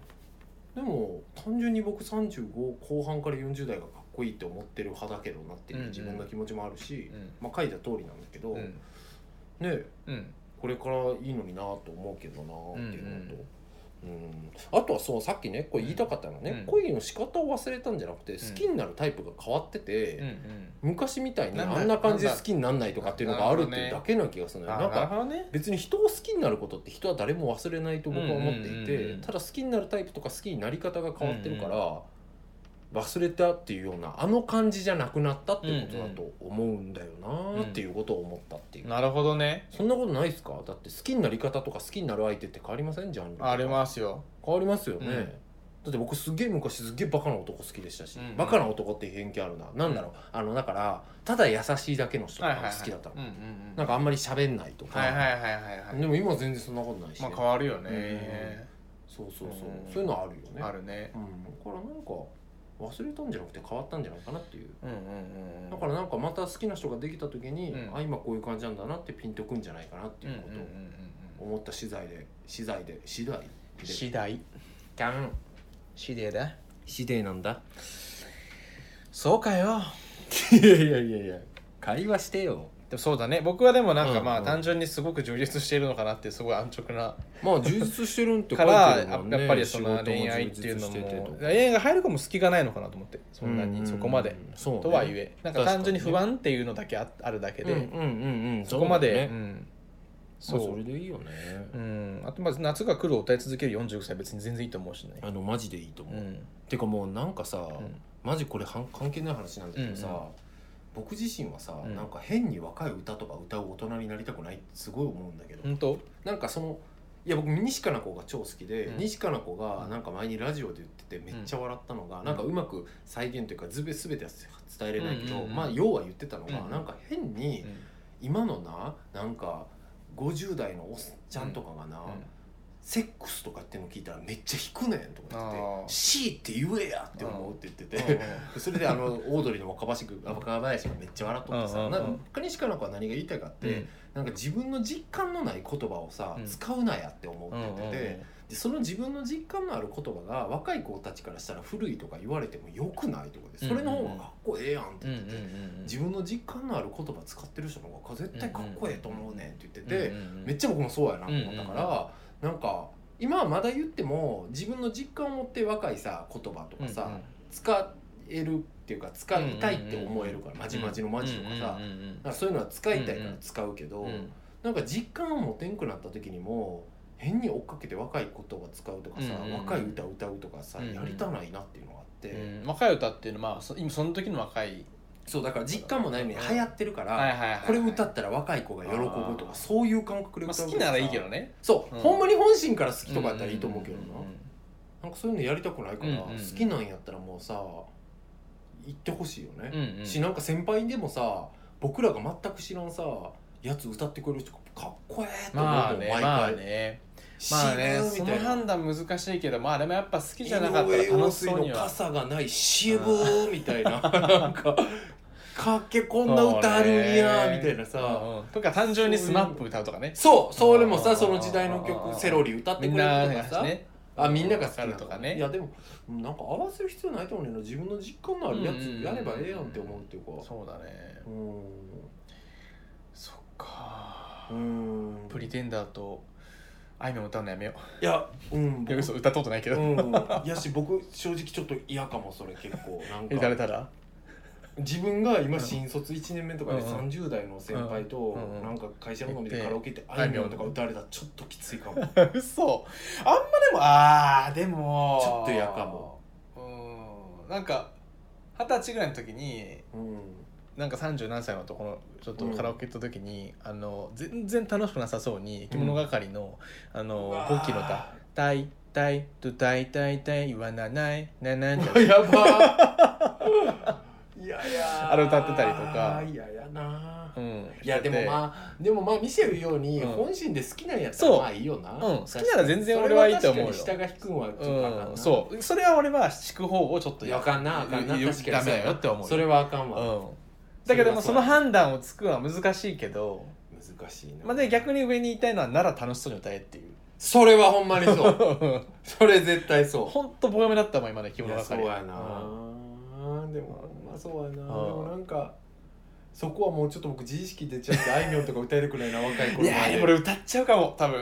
Speaker 2: でも単純に僕35後半から40代がかっこいいって思ってる派だけどなっていう自分の気持ちもあるし、
Speaker 1: うん
Speaker 2: まあ、書いた通りなんだけど、
Speaker 1: う
Speaker 2: ね
Speaker 1: ん
Speaker 2: え
Speaker 1: うん
Speaker 2: これからいいのになと思うけどなっていうのと。
Speaker 1: うん
Speaker 2: う
Speaker 1: うん
Speaker 2: んあとはそうさっきねこれ言いたかったのはね、
Speaker 1: うん
Speaker 2: 恋の仕方を忘れたんじゃなくて好きになるタイプが変わってて、
Speaker 1: うんうん
Speaker 2: 昔みたいに
Speaker 1: な
Speaker 2: あ
Speaker 1: んだ
Speaker 2: んな感じで好きになんないとかっていうのがあるっていうだけな気がするのよ。
Speaker 1: あ
Speaker 2: なん
Speaker 1: なる
Speaker 2: か
Speaker 1: ほどね
Speaker 2: 別に人を好きになることって人は誰も忘れないと僕は思ってい
Speaker 1: うんうんうん
Speaker 2: て
Speaker 1: うん
Speaker 2: ただ好きになるタイプとか好きになり方が変わってるから忘れたっていうようなあの感じじゃなくなったってことだと思うんだよなっていうことを思ったっていう
Speaker 1: なるほどね
Speaker 2: そんなことないですかだって好きになり方とか好きになる相手って変わりませんじゃん
Speaker 1: ありますよ
Speaker 2: 変わりますよね、
Speaker 1: うん
Speaker 2: だって僕すげえ昔すげえバカな男好きでしたし、
Speaker 1: うん
Speaker 2: バカな男って偏見あるななんだろうあのだからただ優しいだけの人
Speaker 1: はい
Speaker 2: が
Speaker 1: はいはい
Speaker 2: 好きだったの、
Speaker 1: うんうんうん
Speaker 2: なんかあんまり喋んないとか、
Speaker 1: はいはいはいはいはい
Speaker 2: でも今は全然そんなことないし、
Speaker 1: まあ
Speaker 2: ね
Speaker 1: 変わるよね
Speaker 2: そうそうそう、
Speaker 1: うん
Speaker 2: そういうのあるよね
Speaker 1: あるね
Speaker 2: うん、だからなんか忘れたんじゃなくて変わったんじゃないかなっていう
Speaker 1: うんうんうん
Speaker 2: だからなんかまた好きな人ができた時に、
Speaker 1: うん
Speaker 2: あ今こういう感じなんだなってピンとくんじゃないかなって
Speaker 1: うん
Speaker 2: いううんこ
Speaker 1: う
Speaker 2: と
Speaker 1: んう
Speaker 2: を
Speaker 1: ん
Speaker 2: 思った資材で資材で資材
Speaker 1: うん
Speaker 2: で
Speaker 1: 次第
Speaker 2: キャン
Speaker 1: 次第だ
Speaker 2: 資材なんだ
Speaker 1: そうかよ
Speaker 2: いやいやいやいや会話してよ
Speaker 1: でもそうだね僕はでもなんかま
Speaker 2: うん
Speaker 1: あ
Speaker 2: うん
Speaker 1: 単純にすごく充実しているのかなってすごい安直な
Speaker 2: まあ充実してるんって
Speaker 1: か
Speaker 2: 書い
Speaker 1: ら
Speaker 2: てる
Speaker 1: や
Speaker 2: もんね
Speaker 1: っぱりその恋愛っていうのも恋愛が入るかも隙がないのかなと思ってそんなにそこまで
Speaker 2: そう
Speaker 1: とはいえなんか
Speaker 2: 確かにね
Speaker 1: 単純に不安っていうのだけああるだけ
Speaker 2: うんうん
Speaker 1: で
Speaker 2: うんうん
Speaker 1: そこま
Speaker 2: うだ
Speaker 1: で
Speaker 2: ね
Speaker 1: う
Speaker 2: ま
Speaker 1: ん
Speaker 2: あそ
Speaker 1: そう
Speaker 2: れでいいよね、
Speaker 1: うんあとまあ夏が来るを歌い続ける40歳別に全然いいと思うしね
Speaker 2: あのマジでいいと思
Speaker 1: う
Speaker 2: う、
Speaker 1: ん
Speaker 2: てかもうなんかさ、
Speaker 1: うん
Speaker 2: マジこれはん関係ない話なんだけどさ、
Speaker 1: うんうん
Speaker 2: 僕自身はさ、
Speaker 1: うん
Speaker 2: なんか変に若い歌とか歌う大人になりたくないってすごい思うんだけど、
Speaker 1: 本当
Speaker 2: なんかそのいや僕西かな子が超好きで、
Speaker 1: うん
Speaker 2: 西かな子がなんか前にラジオで言っててめっちゃ笑ったのが、なんかうまく再現というかずべ全ては伝えれないけど、
Speaker 1: うんうんうん
Speaker 2: まあ要は言ってたのが、
Speaker 1: うん
Speaker 2: なんか変に今のななんか50代のおっちゃんとかがな、セックスとかっていうの聞いたらめっちゃ引くねんとか言って
Speaker 1: あー
Speaker 2: て「C って言えや!」って思うって言ってて。 それであのオードリーの若林君若林がめっちゃ笑っとって
Speaker 1: うんうん
Speaker 2: さ
Speaker 1: うん
Speaker 2: なんか西かな子は何が言いたいかって、なんか自分の実感のない言葉をさ、
Speaker 1: うん
Speaker 2: 使うなやって思うって言ってて、でその自分の実感のある言葉が若い子たちからしたら古いとか言われてもよくないとかでそれの方がかっこええやんって言ってて、自分の実感のある言葉使ってる人の方が絶対かっこええと思うねんって言ってて、めっちゃ僕もそうやなと思ったから、なんか今はまだ言っても自分の実感を持って若いさ言葉とかさ、使えるっていうか使いたいって思えるから、まじまじのまじとかさ、なんかそういうのは使いたいから使うけど、なんか実感を持てんくなった時にも変に追っかけて若い言葉使うとかさ、
Speaker 1: うんうんうん
Speaker 2: 若い歌歌うとかさ、
Speaker 1: うんうん
Speaker 2: やりたないなっていうのがあって、
Speaker 1: 若い歌っていうのはまあそ今その時の若い
Speaker 2: そうだから実感もないのに流行ってるから、
Speaker 1: はいはいはい
Speaker 2: これ歌ったら若い子が喜ぶと
Speaker 1: あー
Speaker 2: かそういう感覚で
Speaker 1: まあ
Speaker 2: 歌う
Speaker 1: 好
Speaker 2: と
Speaker 1: き
Speaker 2: か
Speaker 1: な
Speaker 2: さ
Speaker 1: らいいけどね
Speaker 2: そう、
Speaker 1: うん
Speaker 2: ほんまに本心から好きとかやったらいいと思うけどな、
Speaker 1: んんん
Speaker 2: なんかそういうのやりたくないから、
Speaker 1: うんうんうん
Speaker 2: 好きなんやったらもうさ言ってほしいよね、
Speaker 1: うんうん
Speaker 2: しなんか先輩でもさ僕らが全く知らんさやつ歌ってくれる人かっこええと思うもん、
Speaker 1: まあね
Speaker 2: 毎回、
Speaker 1: まあねまあね
Speaker 2: 渋い
Speaker 1: そ
Speaker 2: み
Speaker 1: の
Speaker 2: たいな
Speaker 1: 判断難しいけどまあでもやっぱ好き
Speaker 2: 井
Speaker 1: じゃなかったら
Speaker 2: 上陽
Speaker 1: 楽し
Speaker 2: 水
Speaker 1: そうに
Speaker 2: の
Speaker 1: は
Speaker 2: 傘がない渋ーみた いななんかかっけこんな歌あるんやみたいなさ
Speaker 1: うんうんとか単純にスマップ歌うとかね
Speaker 2: そうそれも
Speaker 1: あー
Speaker 2: さその時代の曲セロリ歌って
Speaker 1: み
Speaker 2: く
Speaker 1: ん
Speaker 2: れ
Speaker 1: な
Speaker 2: ると
Speaker 1: が
Speaker 2: かさ
Speaker 1: ね
Speaker 2: あみんなが好きな
Speaker 1: わかるとかね
Speaker 2: いやでもなんか合わせる必要ないと思うねんだ自分の実感のあるやつやればええやんって思うっていうか
Speaker 1: そうだね
Speaker 2: うん
Speaker 1: そっか
Speaker 2: うん
Speaker 1: プリテンダーとあいみょん歌うのやめよ
Speaker 2: いやうん
Speaker 1: ういや嘘歌ったことないけ
Speaker 2: う
Speaker 1: ど、
Speaker 2: ん、いやし僕正直ちょっと嫌かもそれ結構なん
Speaker 1: え誰
Speaker 2: か
Speaker 1: だら
Speaker 2: 自分が
Speaker 1: う
Speaker 2: 今
Speaker 1: ん
Speaker 2: 新卒1年目とかで
Speaker 1: うんうん
Speaker 2: 30代の先輩と
Speaker 1: うんうん
Speaker 2: なんか会社の飲みで
Speaker 1: 行って
Speaker 2: カラオケ行ってあいみょんとか歌われたらちょっときついかも
Speaker 1: 嘘あんまでもああでも
Speaker 2: ちょっと嫌かも
Speaker 1: うんなんか二十歳ぐらいの時に
Speaker 2: うん
Speaker 1: なんか30何歳の男のちょっとカラオケ行った時に、あの全然楽しくなさそうに着物係の、あの5キロだ「たいたいとたいたいたい言わなないななん じゃ
Speaker 2: うわ」やばいやいや
Speaker 1: あれ歌ってたりとか
Speaker 2: いややな
Speaker 1: うん
Speaker 2: いやでも
Speaker 1: あ
Speaker 2: まあでもまあ見せるように
Speaker 1: うん
Speaker 2: 本心で好きなんやった
Speaker 1: そ
Speaker 2: ら
Speaker 1: う
Speaker 2: まあいいよな、
Speaker 1: ん好きなら全然俺はいいと思うよ
Speaker 2: 確かに下が引くんはちょっとあかんな、
Speaker 1: うん、そうそれは俺は弾く方をちょっと
Speaker 2: いやあかんなあかんな確かにそうや
Speaker 1: ダ
Speaker 2: な
Speaker 1: メだよって思う
Speaker 2: それはあかんわ、
Speaker 1: うんだけども
Speaker 2: そ
Speaker 1: そ
Speaker 2: れ
Speaker 1: の
Speaker 2: はそう
Speaker 1: 判断をつくのは難しいけど、
Speaker 2: 難しいな、
Speaker 1: まあ、で逆に上に言いたいのはなら楽しそうに歌えっ ていう
Speaker 2: それはほんまにそうそれ絶対そう
Speaker 1: ほんとぼやめだったもん今の着
Speaker 2: い
Speaker 1: 物
Speaker 2: や
Speaker 1: 係
Speaker 2: そうやな、
Speaker 1: うん
Speaker 2: でもまあそうやな、
Speaker 1: うん
Speaker 2: でもなんかそこはもうちょっと僕自意識出ちゃってあいみょんとか歌えるくないな若い
Speaker 1: い
Speaker 2: 頃ま
Speaker 1: やーでも俺歌っちゃうかも多分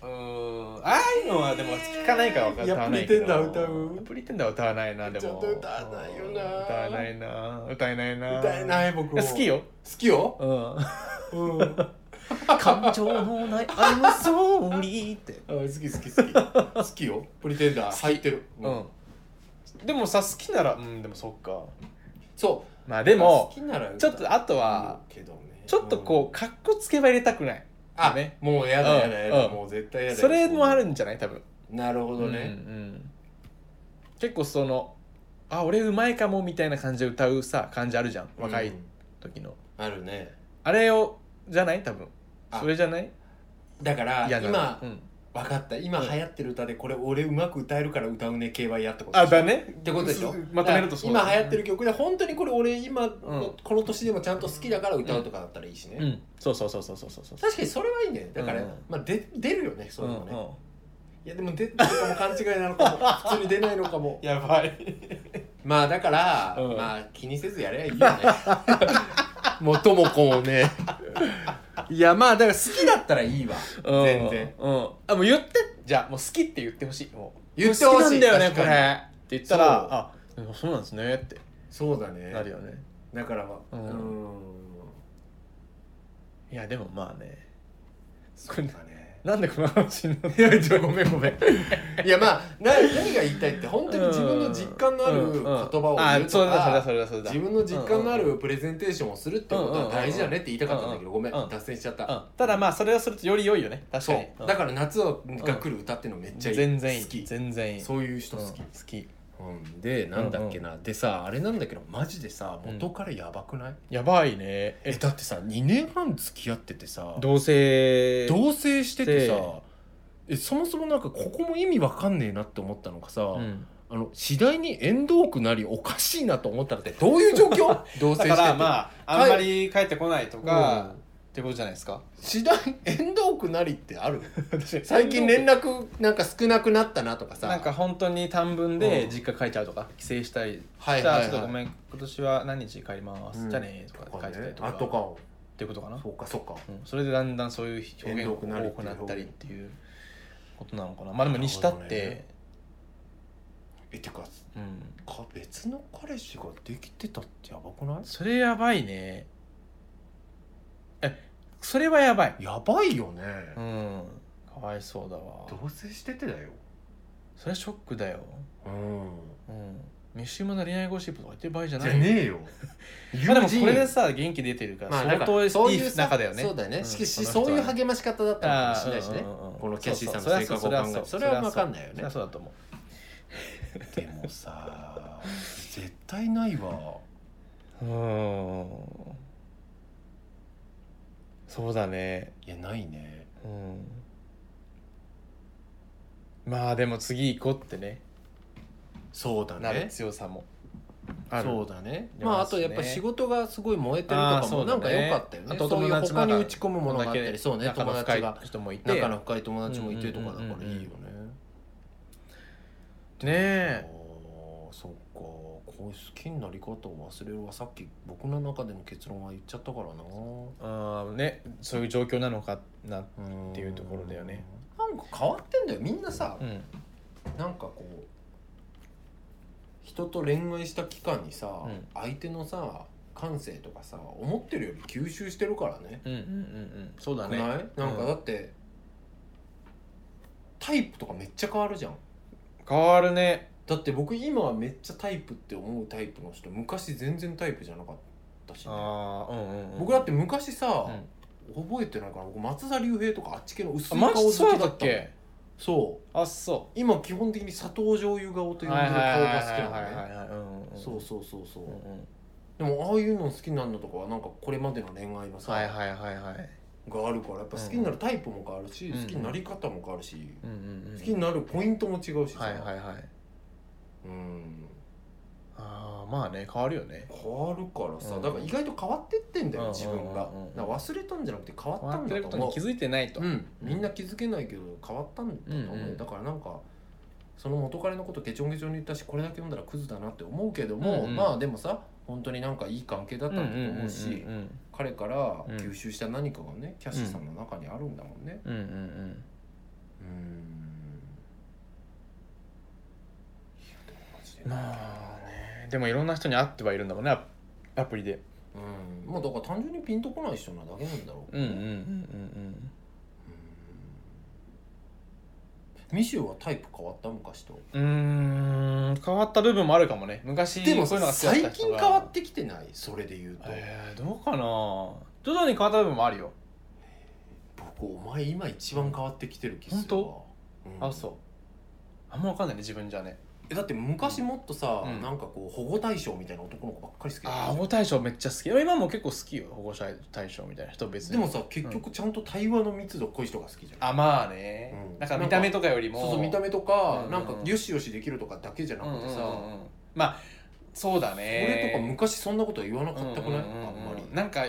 Speaker 1: うーんああいうのはでも聞かないから分か
Speaker 2: いや
Speaker 1: らない
Speaker 2: プリテ
Speaker 1: けど
Speaker 2: ンダー歌う
Speaker 1: プリテンダーは歌わないなでも
Speaker 2: ちょっと歌わないよな
Speaker 1: うん歌わないな歌えないな
Speaker 2: 歌え
Speaker 1: い
Speaker 2: ない僕も
Speaker 1: や好きよ、
Speaker 2: 好きよ、
Speaker 1: う ん、
Speaker 2: うん、あ
Speaker 1: 感情のない「I'm sorry」って
Speaker 2: 好き好き 好き好きよプリテンダー入ってる、
Speaker 1: う、んでもさ好きならうんでもそっか
Speaker 2: そ
Speaker 1: まあ
Speaker 2: う
Speaker 1: でも
Speaker 2: 好きなら
Speaker 1: ちょっとあとは
Speaker 2: けどね
Speaker 1: ちょっとこうかっこつけば入れたくない
Speaker 2: うんあ、
Speaker 1: ね
Speaker 2: もうやだやだやだ、
Speaker 1: うん
Speaker 2: もう絶対やだ
Speaker 1: それもあるんじゃない多分
Speaker 2: なるほど
Speaker 1: うんう
Speaker 2: ね、
Speaker 1: ん結構その「あ俺うまいかも」みたいな感じで歌うさ感じあるじゃん若
Speaker 2: う
Speaker 1: い
Speaker 2: ん
Speaker 1: 時の、
Speaker 2: あるね
Speaker 1: あれをじゃない多分
Speaker 2: あ
Speaker 1: それじゃない
Speaker 2: だから
Speaker 1: 嫌な
Speaker 2: 今、
Speaker 1: うん、
Speaker 2: 分かった今流行ってる歌でこれ俺うまく歌えるから歌うね系はやってこと
Speaker 1: あだねって
Speaker 2: ことでしょ
Speaker 1: まとめるとそう
Speaker 2: だから今流行ってる曲で本当にこれ俺今、
Speaker 1: ん
Speaker 2: この年でもちゃんと好きだから歌うとかだったらいいしね、
Speaker 1: うんそうそうそうそうそうそうそう
Speaker 2: 確かにそれはいいねだから、
Speaker 1: うん
Speaker 2: まあ、で出るよねそういうのね、
Speaker 1: ん
Speaker 2: い
Speaker 1: ん
Speaker 2: やでも出るかも勘違いなのかも 普通に出ないのかも
Speaker 1: やばい
Speaker 2: まあだから、
Speaker 1: うん
Speaker 2: まあ気にせずやればいいよね もうともこもねいやまあだから好きだったらいいわ
Speaker 1: うん
Speaker 2: 全然
Speaker 1: うんあもう言ってじゃあもう好きって言ってほしいもう
Speaker 2: 言ってほしい
Speaker 1: 好きなんだよね
Speaker 2: 確
Speaker 1: こ
Speaker 2: かに
Speaker 1: れって言ったら
Speaker 2: そう
Speaker 1: あそうなんですねって
Speaker 2: そうだね
Speaker 1: なるよね
Speaker 2: だからまあ
Speaker 1: う
Speaker 2: うんん
Speaker 1: いやでもまあね
Speaker 2: そうだね
Speaker 1: なんでこの話になっ
Speaker 2: いやちょごめんごめんいやまあな何が言いたいって本当に自分の実感のある言葉を言うと
Speaker 1: あ
Speaker 2: か
Speaker 1: それだそれだそれだそれだ
Speaker 2: 自分の実感のあるプレゼンテーションをするってことは大事だねって言いたかったんだけどごめん
Speaker 1: うん
Speaker 2: 脱線しちゃっ
Speaker 1: うん
Speaker 2: た
Speaker 1: ただまあそれをするとより良いよね確か
Speaker 2: そ
Speaker 1: に
Speaker 2: うだから夏が来る歌っていうのめっちゃいい
Speaker 1: 全然いい
Speaker 2: 好き
Speaker 1: 全然いい
Speaker 2: そういう人
Speaker 1: うん
Speaker 2: 好
Speaker 1: 好
Speaker 2: き
Speaker 1: き
Speaker 2: うんでなんだっけなでさあれなんだけどマジでさ
Speaker 1: うん
Speaker 2: 元からやばくない
Speaker 1: やばいね
Speaker 2: え
Speaker 1: え
Speaker 2: だってさ2年半付き合っててさ
Speaker 1: 同棲
Speaker 2: 同棲しててさ
Speaker 1: で
Speaker 2: えそもそもなんかここも意味わかんねえなって思ったのがさ、
Speaker 1: うん
Speaker 2: あの次第に縁遠くなりおかしいなと思ったのってどういう状 況同棲して
Speaker 1: だ
Speaker 2: て
Speaker 1: からまああん
Speaker 2: 帰
Speaker 1: まり帰ってこないとか
Speaker 2: うん
Speaker 1: ってことじゃないで すか
Speaker 2: 次第に縁遠くなりってある最
Speaker 1: 最
Speaker 2: 近
Speaker 1: 近
Speaker 2: 連
Speaker 1: 連
Speaker 2: 絡なんか少なくなったなとかさ
Speaker 1: なんか本当に短文で
Speaker 2: うん
Speaker 1: 実家帰っちゃうとか帰省したり
Speaker 2: はいはい
Speaker 1: した
Speaker 2: は
Speaker 1: ら
Speaker 2: い
Speaker 1: ちょっとごめん今年は何日帰りま
Speaker 2: うん
Speaker 1: すじゃあねとか
Speaker 2: と
Speaker 1: 帰
Speaker 2: か
Speaker 1: っ
Speaker 2: ね
Speaker 1: てたりと
Speaker 2: あと
Speaker 1: か
Speaker 2: か
Speaker 1: っていうことかな
Speaker 2: そうかそうか
Speaker 1: うんそれでだんだんそういう表現
Speaker 2: 遠
Speaker 1: が
Speaker 2: 慮多くなる
Speaker 1: 多
Speaker 2: っていう
Speaker 1: くなったりっていうことなのかなまあでもにしたっ
Speaker 2: なる
Speaker 1: て、
Speaker 2: えてか
Speaker 1: うん、
Speaker 2: か別の彼氏ができてたってやばくな
Speaker 1: それやばいねえそれはやばい
Speaker 2: いやばいよね、
Speaker 1: うんかわいそうだわ
Speaker 2: 同棲しててだよ
Speaker 1: それはショックだよ
Speaker 2: うん
Speaker 1: うん飯馬な恋愛ゴシップとか言ってる場合じゃ
Speaker 2: じ
Speaker 1: な
Speaker 2: ゃ
Speaker 1: い
Speaker 2: ねえ よ
Speaker 1: まあでもこれでさ元気出てるから
Speaker 2: まあ、なん
Speaker 1: 相
Speaker 2: か
Speaker 1: 当い
Speaker 2: そう
Speaker 1: い
Speaker 2: いうさ
Speaker 1: 中だよね
Speaker 2: そうだよね。
Speaker 1: ん
Speaker 2: しかし、
Speaker 1: この
Speaker 2: そう
Speaker 1: 人
Speaker 2: いう
Speaker 1: は
Speaker 2: 励まし方だったのかもしれないしね。このキャシーさんの性格を考えるそれは分かんないよね
Speaker 1: それはそうだと思う
Speaker 2: でもさ、絶対ないわ。
Speaker 1: うーんそうだね
Speaker 2: いや、ないね。
Speaker 1: うんまあでも次行こうってね
Speaker 2: そうだ
Speaker 1: なる
Speaker 2: ね。
Speaker 1: 強さもある
Speaker 2: そうだね。
Speaker 1: ある
Speaker 2: まあ、あとやっぱ仕事がすごい燃えてると
Speaker 1: あー
Speaker 2: か
Speaker 1: そ
Speaker 2: も、
Speaker 1: う
Speaker 2: な
Speaker 1: だ
Speaker 2: ん
Speaker 1: ね
Speaker 2: か良かったよね。
Speaker 1: あと
Speaker 2: そういう
Speaker 1: 友達
Speaker 2: 他
Speaker 1: ま
Speaker 2: に
Speaker 1: だ
Speaker 2: 打ち込むものがあったり、そうね、
Speaker 1: 仲
Speaker 2: 友
Speaker 1: の深
Speaker 2: 達
Speaker 1: い
Speaker 2: が。
Speaker 1: 人もいて
Speaker 2: 仲の深い友達もいてとかだからいいよ
Speaker 1: うんうんうんうん
Speaker 2: ね。
Speaker 1: ね
Speaker 2: あ
Speaker 1: え
Speaker 2: ーそっか。こ
Speaker 3: こういう好きになり方を忘れるはさっき僕の中での結論は言っちゃったからな
Speaker 1: あーねそういう状況なのかな
Speaker 3: っ
Speaker 1: っていうところだよね
Speaker 2: なんか変わってんだよみんなさ、
Speaker 1: ん
Speaker 2: なんかこう人と恋愛した期間にさ、
Speaker 1: うん
Speaker 2: 相手のさ感性とかさ思ってるより吸収してるからね。
Speaker 1: うんうんうんうんそうだ
Speaker 2: くない
Speaker 1: ね
Speaker 2: なんかだって、タイプとかめっちゃ変わるじゃん。
Speaker 1: 変わるね
Speaker 2: だって僕今はめっちゃタイプって思うタイプの人昔全然タイプじゃなかったしね、
Speaker 1: ああうんうん、うん、
Speaker 2: 僕だって昔さ
Speaker 1: う、ん
Speaker 2: 覚えてないから僕松田龍平とかあっち系の薄
Speaker 1: あ
Speaker 2: い
Speaker 1: マ
Speaker 2: 顔
Speaker 1: ジ
Speaker 2: 好きだった
Speaker 1: そうだ
Speaker 2: の
Speaker 1: っけ
Speaker 2: そう
Speaker 1: あそ
Speaker 2: 今基本的に砂糖醤油顔と
Speaker 1: う
Speaker 2: 呼んでる顔が好きなのね
Speaker 1: はいはいはいはいはいうんうん
Speaker 2: そうそうそうそう、
Speaker 1: うんうん
Speaker 2: でもああいうの好きになるのとかはなんかこれまでの恋愛のさ、
Speaker 1: はいはいはいはい
Speaker 2: があるからやっぱ好きになるタイプも変わるし、
Speaker 1: うん
Speaker 2: 好きになり方も変わるし、
Speaker 1: うんうんうん
Speaker 2: 好きになるポイントも違うしさ、
Speaker 1: はいはいはい
Speaker 2: うん
Speaker 1: ああまあね変わるよね
Speaker 2: 変わるからさ、
Speaker 1: うん
Speaker 2: だから意外と変わってってんだよ、
Speaker 1: うん
Speaker 2: 自分が、
Speaker 1: うんうんうんうん
Speaker 2: だから忘れたんじゃなくて変わっ
Speaker 1: 変
Speaker 2: た
Speaker 1: わ
Speaker 2: ん
Speaker 1: って
Speaker 2: だ
Speaker 1: る
Speaker 2: と
Speaker 1: こと
Speaker 2: 思
Speaker 1: に
Speaker 2: う
Speaker 1: 気づいてないと、
Speaker 2: うん、みんな気づけないけど変わったんだと思う、
Speaker 1: うんうん
Speaker 2: だからなんかその元彼のことケチョンケチョンに言ったしこれだけ読んだらクズだなって思うけども、
Speaker 1: うんうん
Speaker 2: まあでもさ本当になんかいい関係だったんだと思うし、
Speaker 1: うんうん
Speaker 2: 彼から吸収した何かがねキャシーさんの中にあるんだもんね。
Speaker 1: うんうんうん
Speaker 2: うんいやでもマジで
Speaker 1: うんまあねでもいろんな人に会ってはいるんだもんねアアプリで
Speaker 2: うんまあだから単純にピンとこない人なだけなんだろう
Speaker 1: うんうんうんうん
Speaker 2: うんミシューはタイプ変わった昔と
Speaker 1: うんうーん変わった部分もあるかもね昔
Speaker 2: でも
Speaker 1: そういうのが好きだった
Speaker 2: 最
Speaker 1: 人
Speaker 2: 近
Speaker 1: が
Speaker 2: 変わってきてないそれで言うと、
Speaker 1: えー、どうかな徐々に変わった部分もあるよ、
Speaker 2: 僕お前今一番変わってきてる気するわ
Speaker 1: 本
Speaker 2: うん
Speaker 1: あそうあんま分かんないね自分じゃね
Speaker 2: えだって昔もっとさ、
Speaker 1: うん
Speaker 2: なんかこう保護対象みたいな男の子ばっかり好きだった
Speaker 1: ああ
Speaker 2: じゃん
Speaker 1: 保護対象めっちゃ好き今も結構好きよ保護者対象みたいな人別に
Speaker 2: でもさ結局ちゃんと対話の密度濃い人が好きじゃん、
Speaker 1: あまあね、
Speaker 2: うん
Speaker 1: なんか見た目とかよりも
Speaker 2: そうそう見た目とか、
Speaker 1: うんうん
Speaker 2: なんかよしよしできるとかだけじゃな
Speaker 1: うんうん
Speaker 2: く
Speaker 1: う
Speaker 2: て
Speaker 1: ん
Speaker 2: さ、
Speaker 1: うんまあそうだね
Speaker 2: 俺とか昔そんなことは言わなかったくない、
Speaker 1: うんうんうんうん
Speaker 2: あんまり
Speaker 1: なんか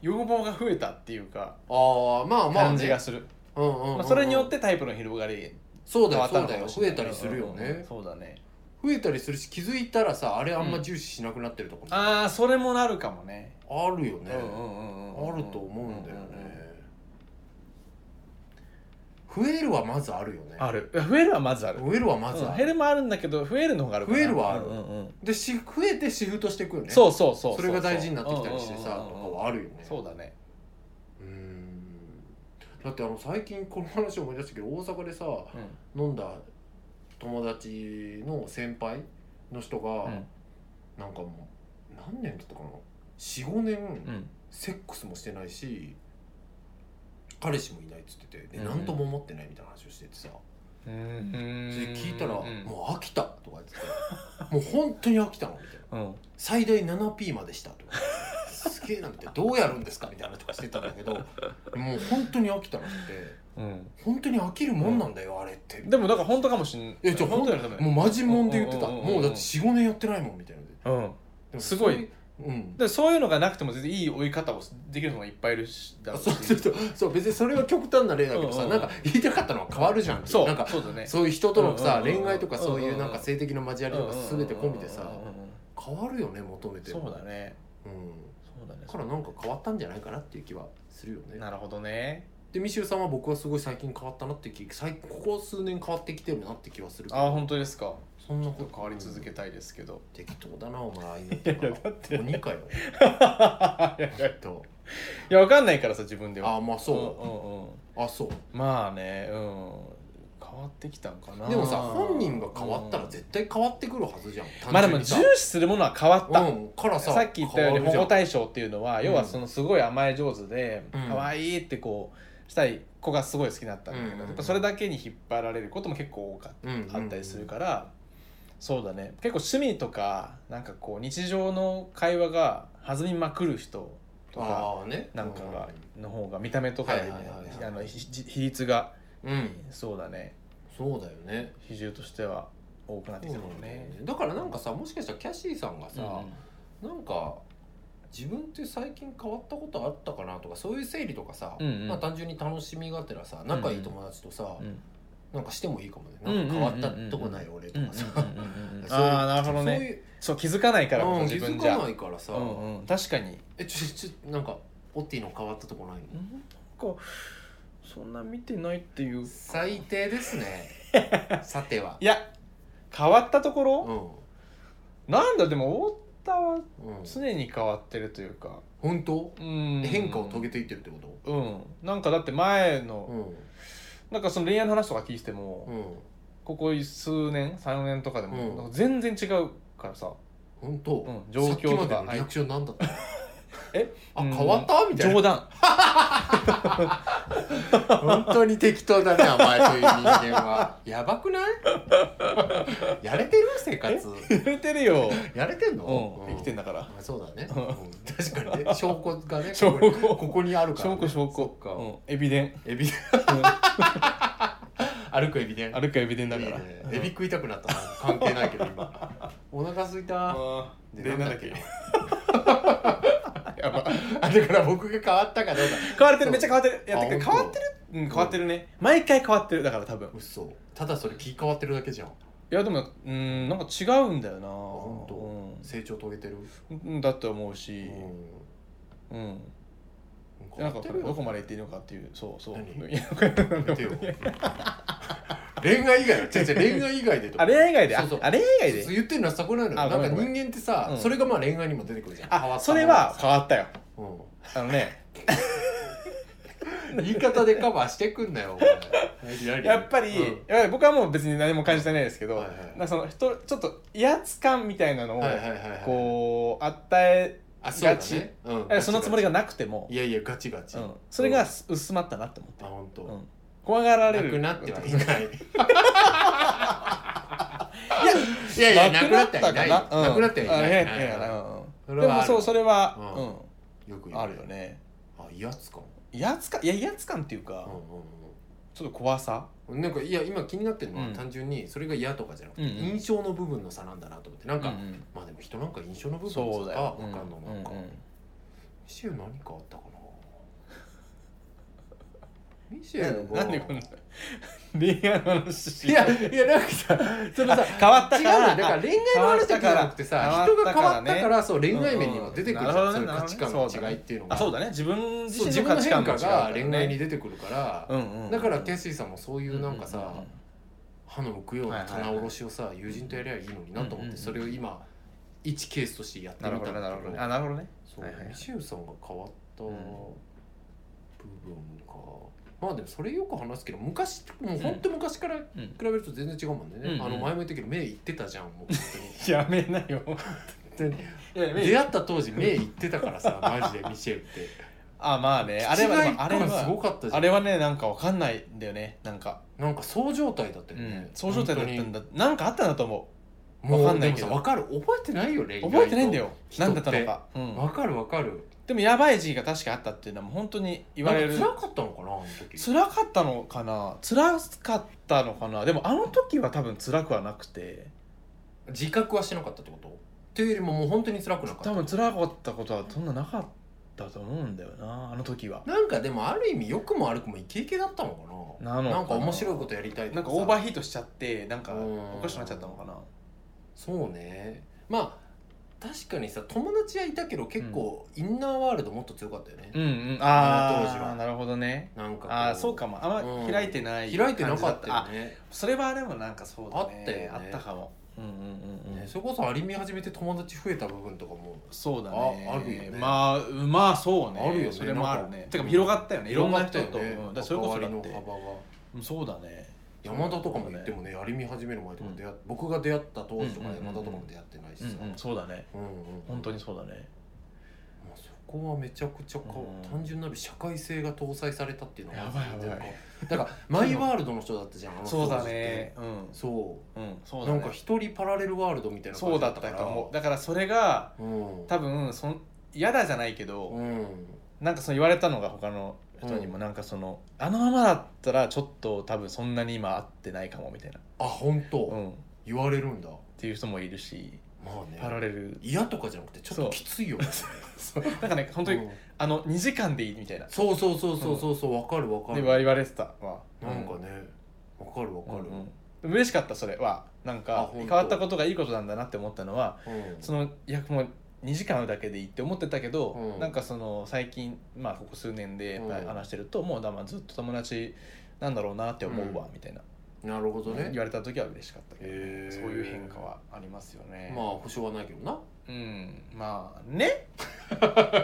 Speaker 1: 要望が増えたっていうか
Speaker 2: ああまあまあ、ね、
Speaker 1: 感じがする、
Speaker 2: うんうんうんうん
Speaker 1: まあ、それによってタイプの広がり
Speaker 2: そうだ
Speaker 1: 変わ
Speaker 2: よ
Speaker 1: っ
Speaker 2: そ
Speaker 1: た
Speaker 2: う
Speaker 1: の
Speaker 2: だ
Speaker 1: か
Speaker 2: よ
Speaker 1: もし
Speaker 2: 増
Speaker 1: れ
Speaker 2: え
Speaker 1: ない
Speaker 2: たりするよね、
Speaker 1: うんうんうんそうだね
Speaker 2: 増えたりするし気づいたらさあれあんま重視しなくなってるとこも
Speaker 1: ああそれもなるかもね
Speaker 2: あるよね、
Speaker 1: うんうんうんうん
Speaker 2: あると思うんだよね、増えるはまずあるよね
Speaker 1: ある増えるはまずある
Speaker 2: 増えるはまず
Speaker 1: うん
Speaker 2: あ
Speaker 1: 減
Speaker 2: る、
Speaker 1: るもあるんだけど増えるの方があるかな
Speaker 2: 増えるはある
Speaker 1: うんうんうん
Speaker 2: でし増えてシフトしていくよね
Speaker 1: そうそうそう
Speaker 2: それが大事になってきたりしてさ
Speaker 1: う
Speaker 2: と
Speaker 1: んう
Speaker 2: か
Speaker 1: んうんうん
Speaker 2: はあるよね
Speaker 1: そうだね
Speaker 2: うーんだってあの最近この話思い出したけど大阪でさ
Speaker 1: うん
Speaker 2: 飲んだ友達の先輩の人が、
Speaker 1: うん
Speaker 2: なんかもう何年だったかな45年、
Speaker 1: うん
Speaker 2: セックスもしてないし彼氏もいないっつっててで
Speaker 1: うん
Speaker 2: 何とも思ってないみたいな話をしててさ、
Speaker 1: うん
Speaker 2: それ聞いたら「
Speaker 1: うん
Speaker 2: もう飽きた」とか言ってて 「もう本当に飽きたの」みたいな
Speaker 1: うん
Speaker 2: 「最大 7P までした」とか「すげえな」みたいな「どうやるんですか」みたいな話とかしてたんだけどもう本当に飽きたのって
Speaker 1: うん
Speaker 2: 本当に飽きるもんなんだよ、あれって
Speaker 1: でもだから本当かもしん
Speaker 2: えじゃあ
Speaker 1: 本当やるため
Speaker 2: もうマジもんで言ってた、
Speaker 1: うんうんうんうん
Speaker 2: もうだって45年やってないもんみたいなで
Speaker 1: うん
Speaker 2: でも
Speaker 1: すごい
Speaker 2: そうううん
Speaker 1: でそういうのがなくても全然いい追い方をできる人がいっぱいいるしだろ
Speaker 2: そうそうそうそう別にそれは極端な例だけどさ、
Speaker 1: うんうん
Speaker 2: なんか言いたかったのは変わるじゃんってい
Speaker 1: そう
Speaker 2: なんか
Speaker 1: そうだね
Speaker 2: そういう人とのさ、
Speaker 1: うんうんうん
Speaker 2: 恋愛とかそう
Speaker 1: うん
Speaker 2: い
Speaker 1: うんう
Speaker 2: うんなんか性的な交わりとか全て込みでさ
Speaker 1: うんうんうんうん
Speaker 2: 変わるよね求めてる
Speaker 1: そうだね
Speaker 2: うん
Speaker 1: そうだね
Speaker 2: だからなんか変わったんじゃないかなっていう気はするよね
Speaker 1: なるほどね
Speaker 2: でミシューさんは僕はすごい最近変わったなって気最ここ数年変わってきてるなって気はするけど
Speaker 1: ああ本当ですか
Speaker 2: そんな
Speaker 1: ちょ
Speaker 2: こ
Speaker 1: っ
Speaker 2: と
Speaker 1: と変わり続けたいですけど
Speaker 2: 適当だなお前ああいう
Speaker 1: い やいやだって
Speaker 2: 鬼かよ
Speaker 1: いやい
Speaker 2: と
Speaker 1: やわかんないからさ自分では
Speaker 2: ああまあそう、
Speaker 1: んうんうん
Speaker 2: あそう
Speaker 1: まあねうん変わってきたんかな
Speaker 2: でもさ本人が変わったら
Speaker 1: うん
Speaker 2: 絶対変わってくるはずじゃん
Speaker 1: まあでも
Speaker 2: 単
Speaker 1: 重
Speaker 2: 純にさ
Speaker 1: 視するものは変わった、
Speaker 2: うんからさ
Speaker 1: さっき言ったように保護
Speaker 2: 対
Speaker 1: 対象っていうのは、
Speaker 2: うん
Speaker 1: 要はそのすごい甘え上手で、
Speaker 2: うん
Speaker 1: 可愛いってこうしたい子がすごい好きだったんだけど、
Speaker 2: うんうんうん
Speaker 1: やっぱそれだけに引っ張られることも結構多かっ
Speaker 2: うん
Speaker 1: あったりするから、そうだね結構趣味とかなんかこう日常の会話が弾みまくる人とか
Speaker 2: ああね
Speaker 1: なんかがの方が見た目とかより
Speaker 2: はいはいはいはい
Speaker 1: あのひひ比率が
Speaker 2: うん
Speaker 1: そうだね
Speaker 2: そうだよね
Speaker 1: 比重としては多くなってき
Speaker 2: そう
Speaker 1: た
Speaker 2: な
Speaker 1: もん
Speaker 2: んだよ
Speaker 1: ね
Speaker 2: ね。だからなんかさもしかしたらキャシーさんがさ、なんか自分って最近変わったことあったかなとかそういう整理とかさ、
Speaker 1: うんうん
Speaker 2: まあ、単純に楽しみがてらさ仲いい友達とさ、
Speaker 1: うん
Speaker 2: なんかしてもいいかもね
Speaker 1: うんうんう
Speaker 2: なんんか
Speaker 1: うん
Speaker 2: 変わったとこない俺と
Speaker 1: うんうん
Speaker 2: かさ
Speaker 1: うんうんう ん
Speaker 2: そういう
Speaker 1: ああなるほど
Speaker 2: そう
Speaker 1: ね
Speaker 2: いう
Speaker 1: そう気づかないからこそ
Speaker 2: うん気
Speaker 1: 自分
Speaker 2: づ
Speaker 1: じゃ
Speaker 2: かないからさ
Speaker 1: うんうん確かに
Speaker 2: えちょちょなんかオッティの変わったとこないの
Speaker 1: なんかそんな見てないっていう
Speaker 2: 最低です ねさてはい
Speaker 1: や変わったとこ
Speaker 2: う
Speaker 1: ろ、
Speaker 2: ん
Speaker 1: なんだでも太田は
Speaker 2: うん
Speaker 1: 常に変わってるというか
Speaker 2: 本当
Speaker 1: うん
Speaker 2: 変化を遂げていってるってこ
Speaker 1: うんなんかだって前の、
Speaker 2: とうん
Speaker 1: なんかその恋愛の話とか聞いてても、
Speaker 2: うん
Speaker 1: ここ数年34年とかでも、
Speaker 2: うん
Speaker 1: なんか全然違うからさ
Speaker 2: 本当
Speaker 1: うん状況
Speaker 2: さっき
Speaker 1: とか
Speaker 2: までのリアクションなんだったの
Speaker 1: え
Speaker 2: あ
Speaker 1: うん
Speaker 2: 変わったみたい
Speaker 1: 冗
Speaker 2: な
Speaker 1: 談
Speaker 2: 本当に適当だねお前という人間はやばくないやれてる生活
Speaker 1: 言れてるよ、
Speaker 2: やれてん
Speaker 1: う
Speaker 2: の
Speaker 1: ん、生きてんだから
Speaker 2: まあそうだね、
Speaker 1: うん
Speaker 2: うん確か にね証拠がね
Speaker 1: 証
Speaker 2: ここ
Speaker 1: 拠
Speaker 2: にここにあるから、
Speaker 1: 証
Speaker 2: ね、
Speaker 1: 拠証
Speaker 2: そ
Speaker 1: 拠
Speaker 2: っか、
Speaker 1: うん、エビデン、
Speaker 2: エビ
Speaker 1: う
Speaker 2: 歩くエビね
Speaker 1: ん、歩くエビデンだ
Speaker 2: い
Speaker 1: か
Speaker 2: い
Speaker 1: ら
Speaker 2: ねエビ食いたくなったな関係ないけど今お腹すいた
Speaker 1: あー
Speaker 2: で
Speaker 1: でなんだっけ やば
Speaker 2: あだから僕が変わったかどうか
Speaker 1: 変われてるめっちゃ変わってるいや
Speaker 2: あ
Speaker 1: てか変
Speaker 2: 本当
Speaker 1: わってるうん変わってるね毎回変わってるだから多分
Speaker 2: 嘘ただそれ気変わってるだけじゃん
Speaker 1: いやでもうんなんか違うんだよな
Speaker 2: 本当成長遂げてる、
Speaker 1: うんうんだって思う
Speaker 2: う
Speaker 1: し
Speaker 2: ん、
Speaker 1: うん
Speaker 2: 変
Speaker 1: な
Speaker 2: わ
Speaker 1: んか
Speaker 2: ってるよ
Speaker 1: どこまで行っていいのかっていうそうそう
Speaker 2: 何
Speaker 1: いや
Speaker 2: やめてよ恋愛以外違う違う恋愛以外でと
Speaker 1: あれ以外であ
Speaker 2: そうそう
Speaker 1: あれ以外
Speaker 2: そう
Speaker 1: で
Speaker 2: 言ってるのはそこなのよな
Speaker 1: あ
Speaker 2: んか
Speaker 1: ごめんご
Speaker 2: 人間ってさ、
Speaker 1: うん
Speaker 2: それがまあ恋愛にも出てくるじゃん変わ
Speaker 1: あ
Speaker 2: った
Speaker 1: それは変わったよ
Speaker 2: ものがさ
Speaker 1: あのね
Speaker 2: うん言い方でカバーしてくんなよお前何何
Speaker 1: やっぱり
Speaker 2: うん
Speaker 1: いや僕はもう別に何も感じてないですけど
Speaker 2: はいはい
Speaker 1: なんかその人ちょっと威圧感みたいなのを
Speaker 2: はいはいはいはい
Speaker 1: こう与
Speaker 2: あそうだ
Speaker 1: ガチ
Speaker 2: ねうんガ
Speaker 1: え
Speaker 2: チ
Speaker 1: そのつもりがなくても
Speaker 2: いやいやガチガチ、
Speaker 1: うんそれが薄まったなって思って
Speaker 2: あ本当、
Speaker 1: うん怖がられ
Speaker 2: な
Speaker 1: る
Speaker 2: くなってはいないい
Speaker 1: い
Speaker 2: やいや
Speaker 1: や
Speaker 2: なく
Speaker 1: なく
Speaker 2: な
Speaker 1: な
Speaker 2: っ
Speaker 1: ってた
Speaker 2: はい
Speaker 1: か
Speaker 2: ない
Speaker 1: なうん
Speaker 2: なくなってはいないは
Speaker 1: あ
Speaker 2: いい
Speaker 1: やいや
Speaker 2: は
Speaker 1: う
Speaker 2: そ
Speaker 1: ん
Speaker 2: れ
Speaker 1: で
Speaker 2: はあ
Speaker 1: も
Speaker 2: る
Speaker 1: そうそれは
Speaker 2: う
Speaker 1: う
Speaker 2: いよく
Speaker 1: ん
Speaker 2: 言う
Speaker 1: あるよね
Speaker 2: あ威圧感
Speaker 1: 威圧感いや威圧感っていうか
Speaker 2: うんうん
Speaker 1: ちょっと怖さ
Speaker 2: うんなんかいや今気になってるのは、
Speaker 1: うん
Speaker 2: 単純にそれが嫌とかじゃなくて、
Speaker 1: うんうん
Speaker 2: 印象の部分の差なんだなと思ってなんか、
Speaker 1: うんうん
Speaker 2: まあでも人なんか印象の部分
Speaker 1: そ
Speaker 2: の
Speaker 1: う
Speaker 2: 差
Speaker 1: だ
Speaker 2: が
Speaker 1: よ
Speaker 2: 分かんのなんか、
Speaker 1: うんう
Speaker 2: ミ
Speaker 1: ん
Speaker 2: シェル何かあったかな ミシ
Speaker 1: な
Speaker 2: ェルが
Speaker 1: なんでこんな恋愛の話
Speaker 2: いやいやなんかさその
Speaker 1: あ
Speaker 2: さ
Speaker 1: 変わった
Speaker 2: 違う
Speaker 1: から
Speaker 2: のだから恋愛の話だけじゃなくてさ
Speaker 1: 変
Speaker 2: 人
Speaker 1: わっ
Speaker 2: が変
Speaker 1: たから
Speaker 2: わったからそう恋愛面にも出てくるじゃん、
Speaker 1: うんうんなるほどね
Speaker 2: そういう価値観の違いっていうのが
Speaker 1: あそうだね自分
Speaker 2: そう
Speaker 1: 自
Speaker 2: 自
Speaker 1: 身
Speaker 2: 分
Speaker 1: の価
Speaker 2: の
Speaker 1: 値
Speaker 2: 変
Speaker 1: 観
Speaker 2: 化
Speaker 1: も違
Speaker 2: が
Speaker 1: うからね
Speaker 2: 恋愛に出てくるから、
Speaker 1: うんうんうん
Speaker 2: だからケンシーさんもそういうなんかさ、
Speaker 1: うんうんうん
Speaker 2: 歯の浮くような棚卸しをさ、友人とやりゃいいのになと思って、
Speaker 1: うんうんそ
Speaker 2: そうれを今一ケースとしてやって
Speaker 1: な
Speaker 2: み
Speaker 1: る
Speaker 2: た
Speaker 1: ほどねなるほどね
Speaker 2: ね
Speaker 1: あなるほどね
Speaker 2: そう、
Speaker 1: はいはいはい
Speaker 2: ミシェルさんが変わった部
Speaker 1: ん
Speaker 2: 分か、まあでもそれよく話すけど昔もう本当昔から比
Speaker 1: うん
Speaker 2: べると全然違うもんね、
Speaker 1: うんうん
Speaker 2: あの前も言ったけど目いってたじゃん もう本
Speaker 1: やめなよ
Speaker 2: 当に
Speaker 1: いや
Speaker 2: 出会った当時目いってたから さマジでミシェルって
Speaker 1: あまあねあ
Speaker 2: あれ
Speaker 1: れはで
Speaker 2: は
Speaker 1: もあれ
Speaker 2: すご
Speaker 1: は
Speaker 2: かったじゃん
Speaker 1: あれはねなんかわかんないんだよねなんか
Speaker 2: なんかそう状態だった
Speaker 1: う
Speaker 2: よね
Speaker 1: ん、そう状態だったんだなんかあったんだと思
Speaker 2: 本当に
Speaker 1: わかんないけど
Speaker 2: もうでもさ分かる覚えてないよね
Speaker 1: う覚えてないんだ
Speaker 2: よ
Speaker 1: よ
Speaker 2: 人って
Speaker 1: 何だったのか、うん
Speaker 2: 分かる分かる
Speaker 1: でもやばい時期が確かあったっていうのはもう本当に言われる
Speaker 2: なんか辛かったのかなあの時
Speaker 1: 辛かったのかな辛かったのかなでもあの時は多分辛くはなくて
Speaker 2: 自覚はしなかったってことっていうよりももう本当に辛くなかった
Speaker 1: 多分辛かったことはそんななかったと思うんだよなあの時は
Speaker 2: なんかでもある意味良くも悪くもイケイケだったのかな
Speaker 1: なのかなん
Speaker 2: か面白いことやりたいと
Speaker 1: なんか
Speaker 2: さ
Speaker 1: オーバーヒートしちゃってなんか
Speaker 2: うん
Speaker 1: おかしくなっちゃったのかな
Speaker 2: そうねまあ確かにさ友達はいたけど結構インナーワールドもっと強かったよね、
Speaker 1: うんうん
Speaker 2: あの当時
Speaker 1: ああ
Speaker 2: は
Speaker 1: なるほどね
Speaker 2: なんかこ
Speaker 1: ああそうかもあん
Speaker 2: う
Speaker 1: ま
Speaker 2: ん
Speaker 1: 開いてない
Speaker 2: 開いてなかったよ
Speaker 1: あ
Speaker 2: ね
Speaker 1: それはでもなんかそうだね
Speaker 2: あったよね
Speaker 1: あったかもうんうんうんうん
Speaker 2: ねそれこそアリミ始めて友達増えた部分とかも
Speaker 1: そうだね
Speaker 2: ああるよね
Speaker 1: まあうんまあそうね
Speaker 2: あるよね
Speaker 1: それもある
Speaker 2: なん
Speaker 1: ね
Speaker 2: か
Speaker 1: てか広がったよねいろんな人
Speaker 2: 広が
Speaker 1: と、
Speaker 2: ったよ
Speaker 1: うんだ
Speaker 2: ね
Speaker 1: からそれこそだっ
Speaker 2: 関
Speaker 1: て
Speaker 2: わりの幅が
Speaker 1: うんそうだね
Speaker 2: 山田とかも言ってもねやりみ始める前とか出会っ僕が出会った当時とか山田とかも出会ってないし
Speaker 1: うん
Speaker 2: さ
Speaker 1: うんそうだね
Speaker 2: うんうん
Speaker 1: 本当にそうだね
Speaker 2: まあそこはめちゃくちゃか
Speaker 1: うん
Speaker 2: 単純なる社会性が搭載されたっていうのが
Speaker 1: やばいやばい
Speaker 2: だからマイワールドの人だったじゃんあの人
Speaker 1: そうだねうん
Speaker 2: そ
Speaker 1: うんそう
Speaker 2: う
Speaker 1: だ
Speaker 2: なん
Speaker 1: ね
Speaker 2: か一人パラレルワールドみたいな
Speaker 1: そうだったと思うだからそれが
Speaker 2: うん
Speaker 1: 多分そん嫌だじゃないけど、
Speaker 2: うん
Speaker 1: なんかその言われたのが他の人にもなんかその、あのままだったらちょっと多分そんなに今合ってないかもみたいな、
Speaker 2: あ本
Speaker 1: う
Speaker 2: 当
Speaker 1: ん、っ
Speaker 2: 言われるんだ
Speaker 1: ていう人もいるし
Speaker 2: まあね
Speaker 1: パラレル
Speaker 2: 嫌とかじゃなくてちょっ
Speaker 1: そ
Speaker 2: と
Speaker 1: う
Speaker 2: きついよ
Speaker 1: なんかね本当に、
Speaker 2: うん
Speaker 1: あの2時間でいいみたいな
Speaker 2: そうそうそうそうそうそうわかるわか
Speaker 1: で
Speaker 2: る
Speaker 1: 言われてたわ
Speaker 2: なんかね、わかるわかる、
Speaker 1: うん、嬉しかったそれはなん
Speaker 2: あ
Speaker 1: か
Speaker 2: 本
Speaker 1: 変
Speaker 2: 当
Speaker 1: わったことがいいことなんだなって思ったのは
Speaker 2: うん
Speaker 1: そのいやもう2時間会うだけでいいって思ってたけど、
Speaker 2: うん
Speaker 1: なんかその最近まあここ数年でやっぱり
Speaker 2: うん
Speaker 1: 話してると、もうだまずっと友達なんだろうなって思うわ、みたいな、
Speaker 2: なるほどね
Speaker 1: 言われた時は嬉しかったけど、
Speaker 2: へー
Speaker 1: そういう変化はありますよね。
Speaker 2: まあ保証はないけどな
Speaker 1: うんまあね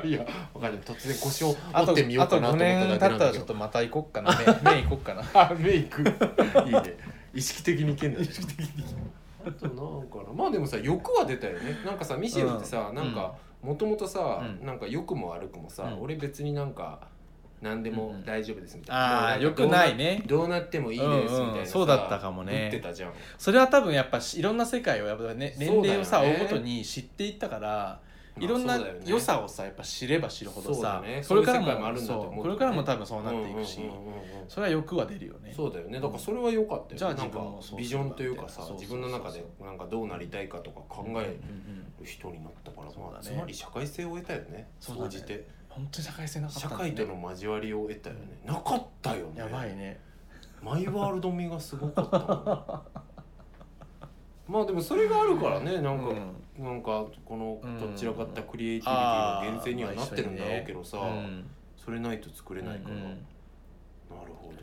Speaker 2: いやわかんない突然腰を
Speaker 1: あ
Speaker 2: 折
Speaker 1: と
Speaker 2: ってみようかなと思
Speaker 1: あ
Speaker 2: っ
Speaker 1: と5
Speaker 2: ただけなん
Speaker 1: 年経ったら
Speaker 2: だ
Speaker 1: ち
Speaker 2: け
Speaker 1: ょっ
Speaker 2: ど
Speaker 1: とまた行こっかな 目目行こっかな。
Speaker 2: あメイクい いね意識的にいけんだ意識的にあとなんかなまあでもさ欲は出たよねなんかさミシェルってさ、なんかもともとさ、
Speaker 1: うん
Speaker 2: なんか欲も悪くもさ、
Speaker 1: うん
Speaker 2: 俺別になんか何でも大丈夫ですみたいな、
Speaker 1: ああ
Speaker 2: も
Speaker 1: よ
Speaker 2: う
Speaker 1: く
Speaker 2: んか
Speaker 1: ないね。
Speaker 2: どうなどうなってもいいですみたいなさ、
Speaker 1: うんうんそうだったかもね
Speaker 2: 言ってたじゃん
Speaker 1: それは多分やっぱしいろんな世界をやっぱ、ね、年齢をさ、
Speaker 2: そうだよ
Speaker 1: 追
Speaker 2: ね
Speaker 1: うごとに知っていったから
Speaker 2: まあ
Speaker 1: いろんな
Speaker 2: そうだよね
Speaker 1: 良さをさやっぱ知れば知るほど
Speaker 2: そうだ
Speaker 1: さ、
Speaker 2: ね
Speaker 1: これからも
Speaker 2: そういう世界もあるんだと思う
Speaker 1: そうこれからも多分そうなっていく
Speaker 2: う
Speaker 1: し、
Speaker 2: んうんうんうんうん
Speaker 1: それは欲は出るよね。
Speaker 2: そうだよねだからそれは良かったよ、ね、
Speaker 1: じゃあ
Speaker 2: なんか
Speaker 1: 自分もそう
Speaker 2: ビジョンというかさ
Speaker 1: そうそうそう
Speaker 2: 自
Speaker 1: そう
Speaker 2: 分の中でなんかどうなりたいかとか考
Speaker 1: うんうんう
Speaker 2: え
Speaker 1: ん
Speaker 2: る人になったから、
Speaker 1: そう
Speaker 2: ま
Speaker 1: だ
Speaker 2: あ、
Speaker 1: ね
Speaker 2: つまり社会性を得たよね
Speaker 1: そうだ
Speaker 2: 総
Speaker 1: ね
Speaker 2: じて。
Speaker 1: 本当に社会性なかった
Speaker 2: 社
Speaker 1: んだね、
Speaker 2: 会との交わりを得たよねなかったよね
Speaker 1: やばいね。
Speaker 2: マイワールド味がすごかったもんま あでもそれがあるからねなんか、
Speaker 1: うん
Speaker 2: なんかこの
Speaker 1: うん
Speaker 2: どちらかったクリエイティビティの
Speaker 1: あー
Speaker 2: 源泉にはなってるんだろうけどさ、
Speaker 1: まあ一緒にね
Speaker 2: それないと作れないから、
Speaker 1: うんうん
Speaker 2: なるほどな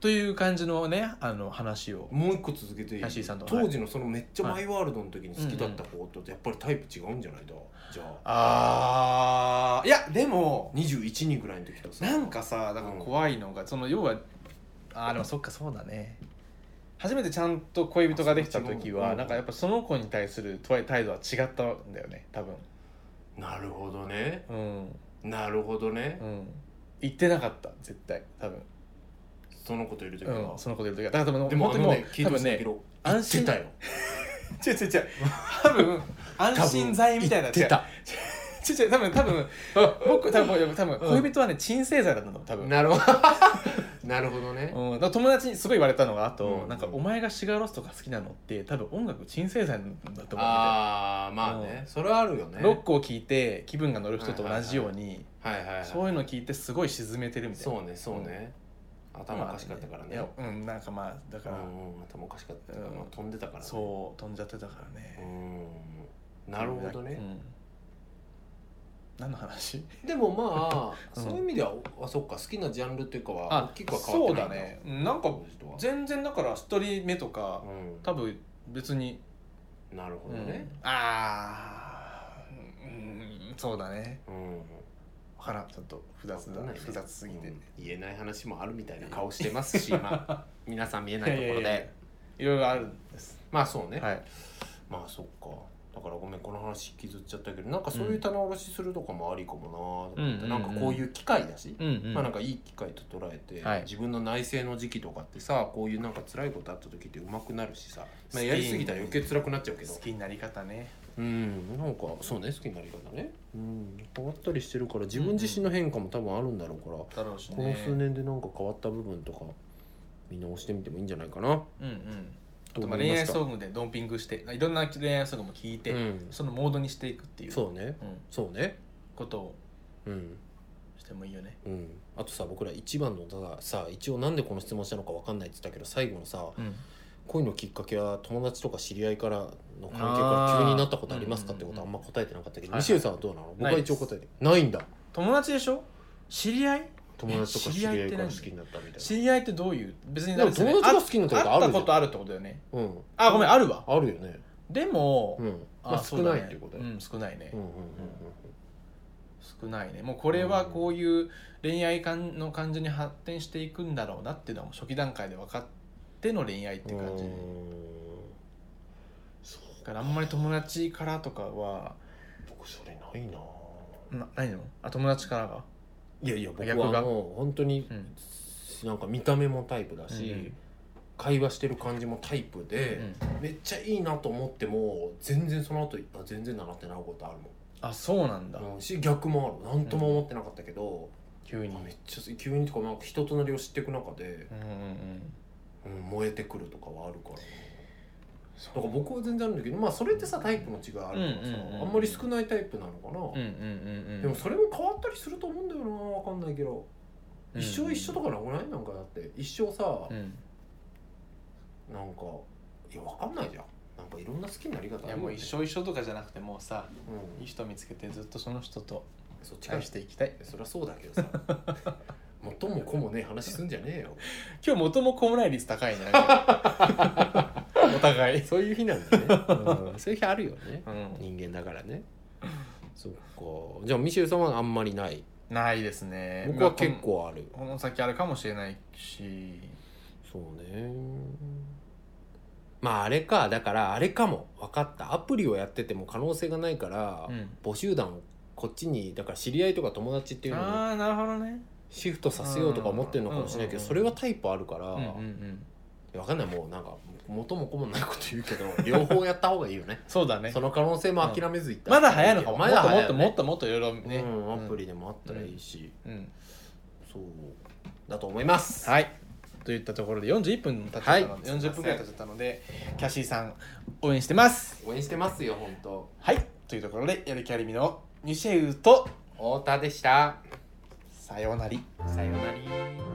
Speaker 1: という感じのねあの話を
Speaker 2: もう一個続けていい
Speaker 1: ヤシーさんと
Speaker 2: 当時のそのめっちゃマイワールドの時に好きだった子とやっぱりタイプ違うんじゃないだじゃあ
Speaker 1: あーいやでも
Speaker 2: 21人ぐらいの時とさ
Speaker 1: なんかさだから怖いのが、その要はあーでもそっかそうだね初めてちゃんと恋人ができた時
Speaker 2: あそう違う
Speaker 1: は、
Speaker 2: うん
Speaker 1: なんかやっぱその子に対する態度は違ったんだよね多分
Speaker 2: なるほどね
Speaker 1: うん
Speaker 2: なるほどね
Speaker 1: う、ん言ってなかった絶対多分、
Speaker 2: その子といる時
Speaker 1: う
Speaker 2: は、
Speaker 1: ん、その子で言う時はだから多分
Speaker 2: でも
Speaker 1: 本
Speaker 2: あ
Speaker 1: 当にも
Speaker 2: の
Speaker 1: う、
Speaker 2: ね、聞い
Speaker 1: 多
Speaker 2: てほしい
Speaker 1: 分
Speaker 2: んだ
Speaker 1: ね
Speaker 2: けど、
Speaker 1: 安心
Speaker 2: 言ってたよ。
Speaker 1: 違う違う違う多分安心剤みたい
Speaker 2: 言
Speaker 1: な
Speaker 2: ってた。
Speaker 1: 違う違う多分多 分僕多分多分恋人はね鎮静剤だったの多分
Speaker 2: なるほ ど。なるほどね。
Speaker 1: うん、だから友達にすごい言われたのがあと、
Speaker 2: うん
Speaker 1: なんか「お前がシガーロスとか好きなのって多分音楽鎮静剤なんだと思うみたいな
Speaker 2: ああ、まあね、
Speaker 1: うん
Speaker 2: それはあるよね。
Speaker 1: ロックを聴いて気分が乗る人と同じように、
Speaker 2: はいはい、はい。
Speaker 1: そういうの聞いてすごい沈めてるみたいな
Speaker 2: そうね、そうね。頭おかしかったから
Speaker 1: い
Speaker 2: ね
Speaker 1: や。うんなんかまあだ
Speaker 2: う
Speaker 1: から、
Speaker 2: んうん、頭おかしかったから、
Speaker 1: うん
Speaker 2: まあ飛んでたから、ね。
Speaker 1: そう飛んじゃってたから
Speaker 2: う
Speaker 1: ね、
Speaker 2: ん。なるほど
Speaker 1: う
Speaker 2: ね。
Speaker 1: ん何の話
Speaker 2: でもまあ、
Speaker 1: うん
Speaker 2: そういう意味では、あ、そっか、好きなジャンルっていうかは、
Speaker 1: あ
Speaker 2: 大きくは変わってないんだ。
Speaker 1: そうだねなんか
Speaker 2: 当時とは
Speaker 1: 全然だから一人目とか
Speaker 2: うん。
Speaker 1: 多分別に、
Speaker 2: なるほどね。
Speaker 1: ああうんそうだね
Speaker 2: うん。
Speaker 1: わからんちょっと複雑だ、
Speaker 2: わかんないね
Speaker 1: 複雑すぎて、
Speaker 2: うん言えない話もあるみたいな顔してます し、まあ、皆さん見えないところで。
Speaker 1: いやいやいやいろいろあるんです、
Speaker 2: まあそうね、
Speaker 1: はい、
Speaker 2: まあそっかだからごめんこの話引きずっちゃったけどなんかそういう棚卸しするとかもありかもなと思って、
Speaker 1: うん
Speaker 2: なんかこういう機会だし、
Speaker 1: うんうん
Speaker 2: まあなんかいい機会と捉えて、
Speaker 1: はい
Speaker 2: 自分の内省の時期とかってさこういうなんか辛いことあった時ってうまくなるしさ、
Speaker 1: 好
Speaker 2: まあ、
Speaker 1: き
Speaker 2: やりすぎたら余計辛くなっちゃうけど
Speaker 1: 好きになり方ね
Speaker 2: うんなんかそうね好きになり方ね、うん、変わったりしてるから自分自身の変化も多分あるんだろうから、
Speaker 1: だろうしね
Speaker 2: この数年でなんか変わった部分とか見直してみてもいいんじゃないかな
Speaker 1: うんうんあ
Speaker 2: と
Speaker 1: とま
Speaker 2: 思
Speaker 1: あ
Speaker 2: い
Speaker 1: 恋
Speaker 2: ま
Speaker 1: 愛
Speaker 2: した。
Speaker 1: ソングでドンピングしていろんな恋愛ソングも聞いて、
Speaker 2: うん、
Speaker 1: そのモードにしていくっていう
Speaker 2: そうね
Speaker 1: うん、
Speaker 2: そうね
Speaker 1: ことを
Speaker 2: うん
Speaker 1: してもいいよね
Speaker 2: うん、あとさ僕ら一番のださ一応なんでこの質問したのかわかんないって言ったけど最後のさ
Speaker 1: うん
Speaker 2: 恋のきっかけは友達とか知り合いからの関係から急になったことありますか
Speaker 1: あー
Speaker 2: ってことはあんま答えてなかったけど、
Speaker 1: うんうんうん
Speaker 2: ミシェルさんはどうなの僕
Speaker 1: ない
Speaker 2: は一応答えてないんだ
Speaker 1: 友達でしょ知り合い
Speaker 2: 友達とか知り合いから好
Speaker 1: 知り合いって何
Speaker 2: きになったみたい
Speaker 1: 知り合いってどういう別に
Speaker 2: なでも
Speaker 1: 別に
Speaker 2: 友達が好きになったこと
Speaker 1: あ
Speaker 2: あ
Speaker 1: 会っ
Speaker 2: る
Speaker 1: た
Speaker 2: じゃ
Speaker 1: こ
Speaker 2: ん
Speaker 1: とあるってことだよね
Speaker 2: うん
Speaker 1: あごめんあるわ
Speaker 2: あるよね
Speaker 1: でも、
Speaker 2: うん
Speaker 1: あ
Speaker 2: まあ
Speaker 1: そ
Speaker 2: 少
Speaker 1: うだ
Speaker 2: な
Speaker 1: ね
Speaker 2: いっていうことだ
Speaker 1: う
Speaker 2: よ
Speaker 1: ん少ないね、
Speaker 2: うんうん
Speaker 1: 少ないねもうこれはこういう恋愛感の感じに発展していくんだろうなっていうのはもう初期段階で分かっての恋愛って
Speaker 2: うんうん
Speaker 1: 感じ
Speaker 2: うーん
Speaker 1: だ
Speaker 2: そう
Speaker 1: からあんまり友達からとかは
Speaker 2: 僕それないな
Speaker 1: なないのあ友達からが
Speaker 2: いやいや僕
Speaker 1: 逆
Speaker 2: は
Speaker 1: が
Speaker 2: もう本当に
Speaker 1: うん
Speaker 2: なんか見た目もタイプだし、
Speaker 1: うん
Speaker 2: 会話してる感じもタイプ
Speaker 1: う
Speaker 2: で、
Speaker 1: ん
Speaker 2: めっちゃいいなと思っても全然その後あ全然だなってなることある
Speaker 1: あそうなんだ、
Speaker 2: もん、うん、し逆もある何とも思ってなかったけど、
Speaker 1: 急に
Speaker 2: あめっちゃ急にとかなんか人となりを知っていく中で
Speaker 1: う、んうんうん
Speaker 2: うん、燃えてくるとかはあるから
Speaker 1: そ
Speaker 2: だから僕は全然あるんだけどまあそれってさタイプの違いあるからさ、
Speaker 1: うんうんうん
Speaker 2: あんまり少ないタイプなのか
Speaker 1: うん
Speaker 2: な、
Speaker 1: うんうんうん
Speaker 2: でもそれも変わったりすると思うんだよなわかんないけど
Speaker 4: うん
Speaker 2: 一生一緒とかなくないなんかだって一生さ、
Speaker 4: うん
Speaker 2: なんかいやわかんないじゃんなんかいろんな好きになり方ある
Speaker 1: いや
Speaker 2: よね
Speaker 1: もう一生一生とかじゃなくてもうさ
Speaker 2: う
Speaker 1: いい
Speaker 2: ん、
Speaker 1: 人見つけてずっとその人と
Speaker 2: そっちか
Speaker 1: 近
Speaker 2: ら
Speaker 1: いしていきたい
Speaker 2: そりゃそうだけどさ 元も子もねえ話すんじゃねえよ
Speaker 1: 今日元も子もない率高い ねなんかお互い、
Speaker 2: そういう日なんだね、うんそういう日あるよね
Speaker 1: うん、
Speaker 2: 人間だからねそっかじゃあミシェルさんはあんまりない
Speaker 1: ないですね
Speaker 2: 僕は結構ある
Speaker 1: この先あるかもしれないし
Speaker 2: そうねまああれかだからあれかも分かったアプリをやってても可能性がないから、
Speaker 1: うん
Speaker 2: 募集団をこっちにだから知り合いとか友達っていうのを
Speaker 1: ああなるほどね
Speaker 2: シフトさせようとか思ってるのかもしれないけど
Speaker 1: うん
Speaker 2: それはタイプあるから、
Speaker 1: うんうんうん
Speaker 2: わかんないもうなんか元も子もないこと言うけど両方やった方がいいよね
Speaker 1: そうだね
Speaker 2: その可能性も諦めずいったら
Speaker 1: まだ早いのかも
Speaker 2: まだ早い
Speaker 1: もっ
Speaker 2: よ
Speaker 1: と
Speaker 2: ね
Speaker 1: もっともっともっといろいろね、
Speaker 2: うんアプリでもあったらいいし、
Speaker 1: うん
Speaker 2: そうだと思います
Speaker 1: はいといったところで41分経っちゃったので、40分ぐらい経っちゃったのでキャシーさん応援してます
Speaker 2: 応援してますよ本当
Speaker 1: はいというところでやる気ありみのミシェウと
Speaker 2: 太田でした
Speaker 1: さようなり
Speaker 2: さようなら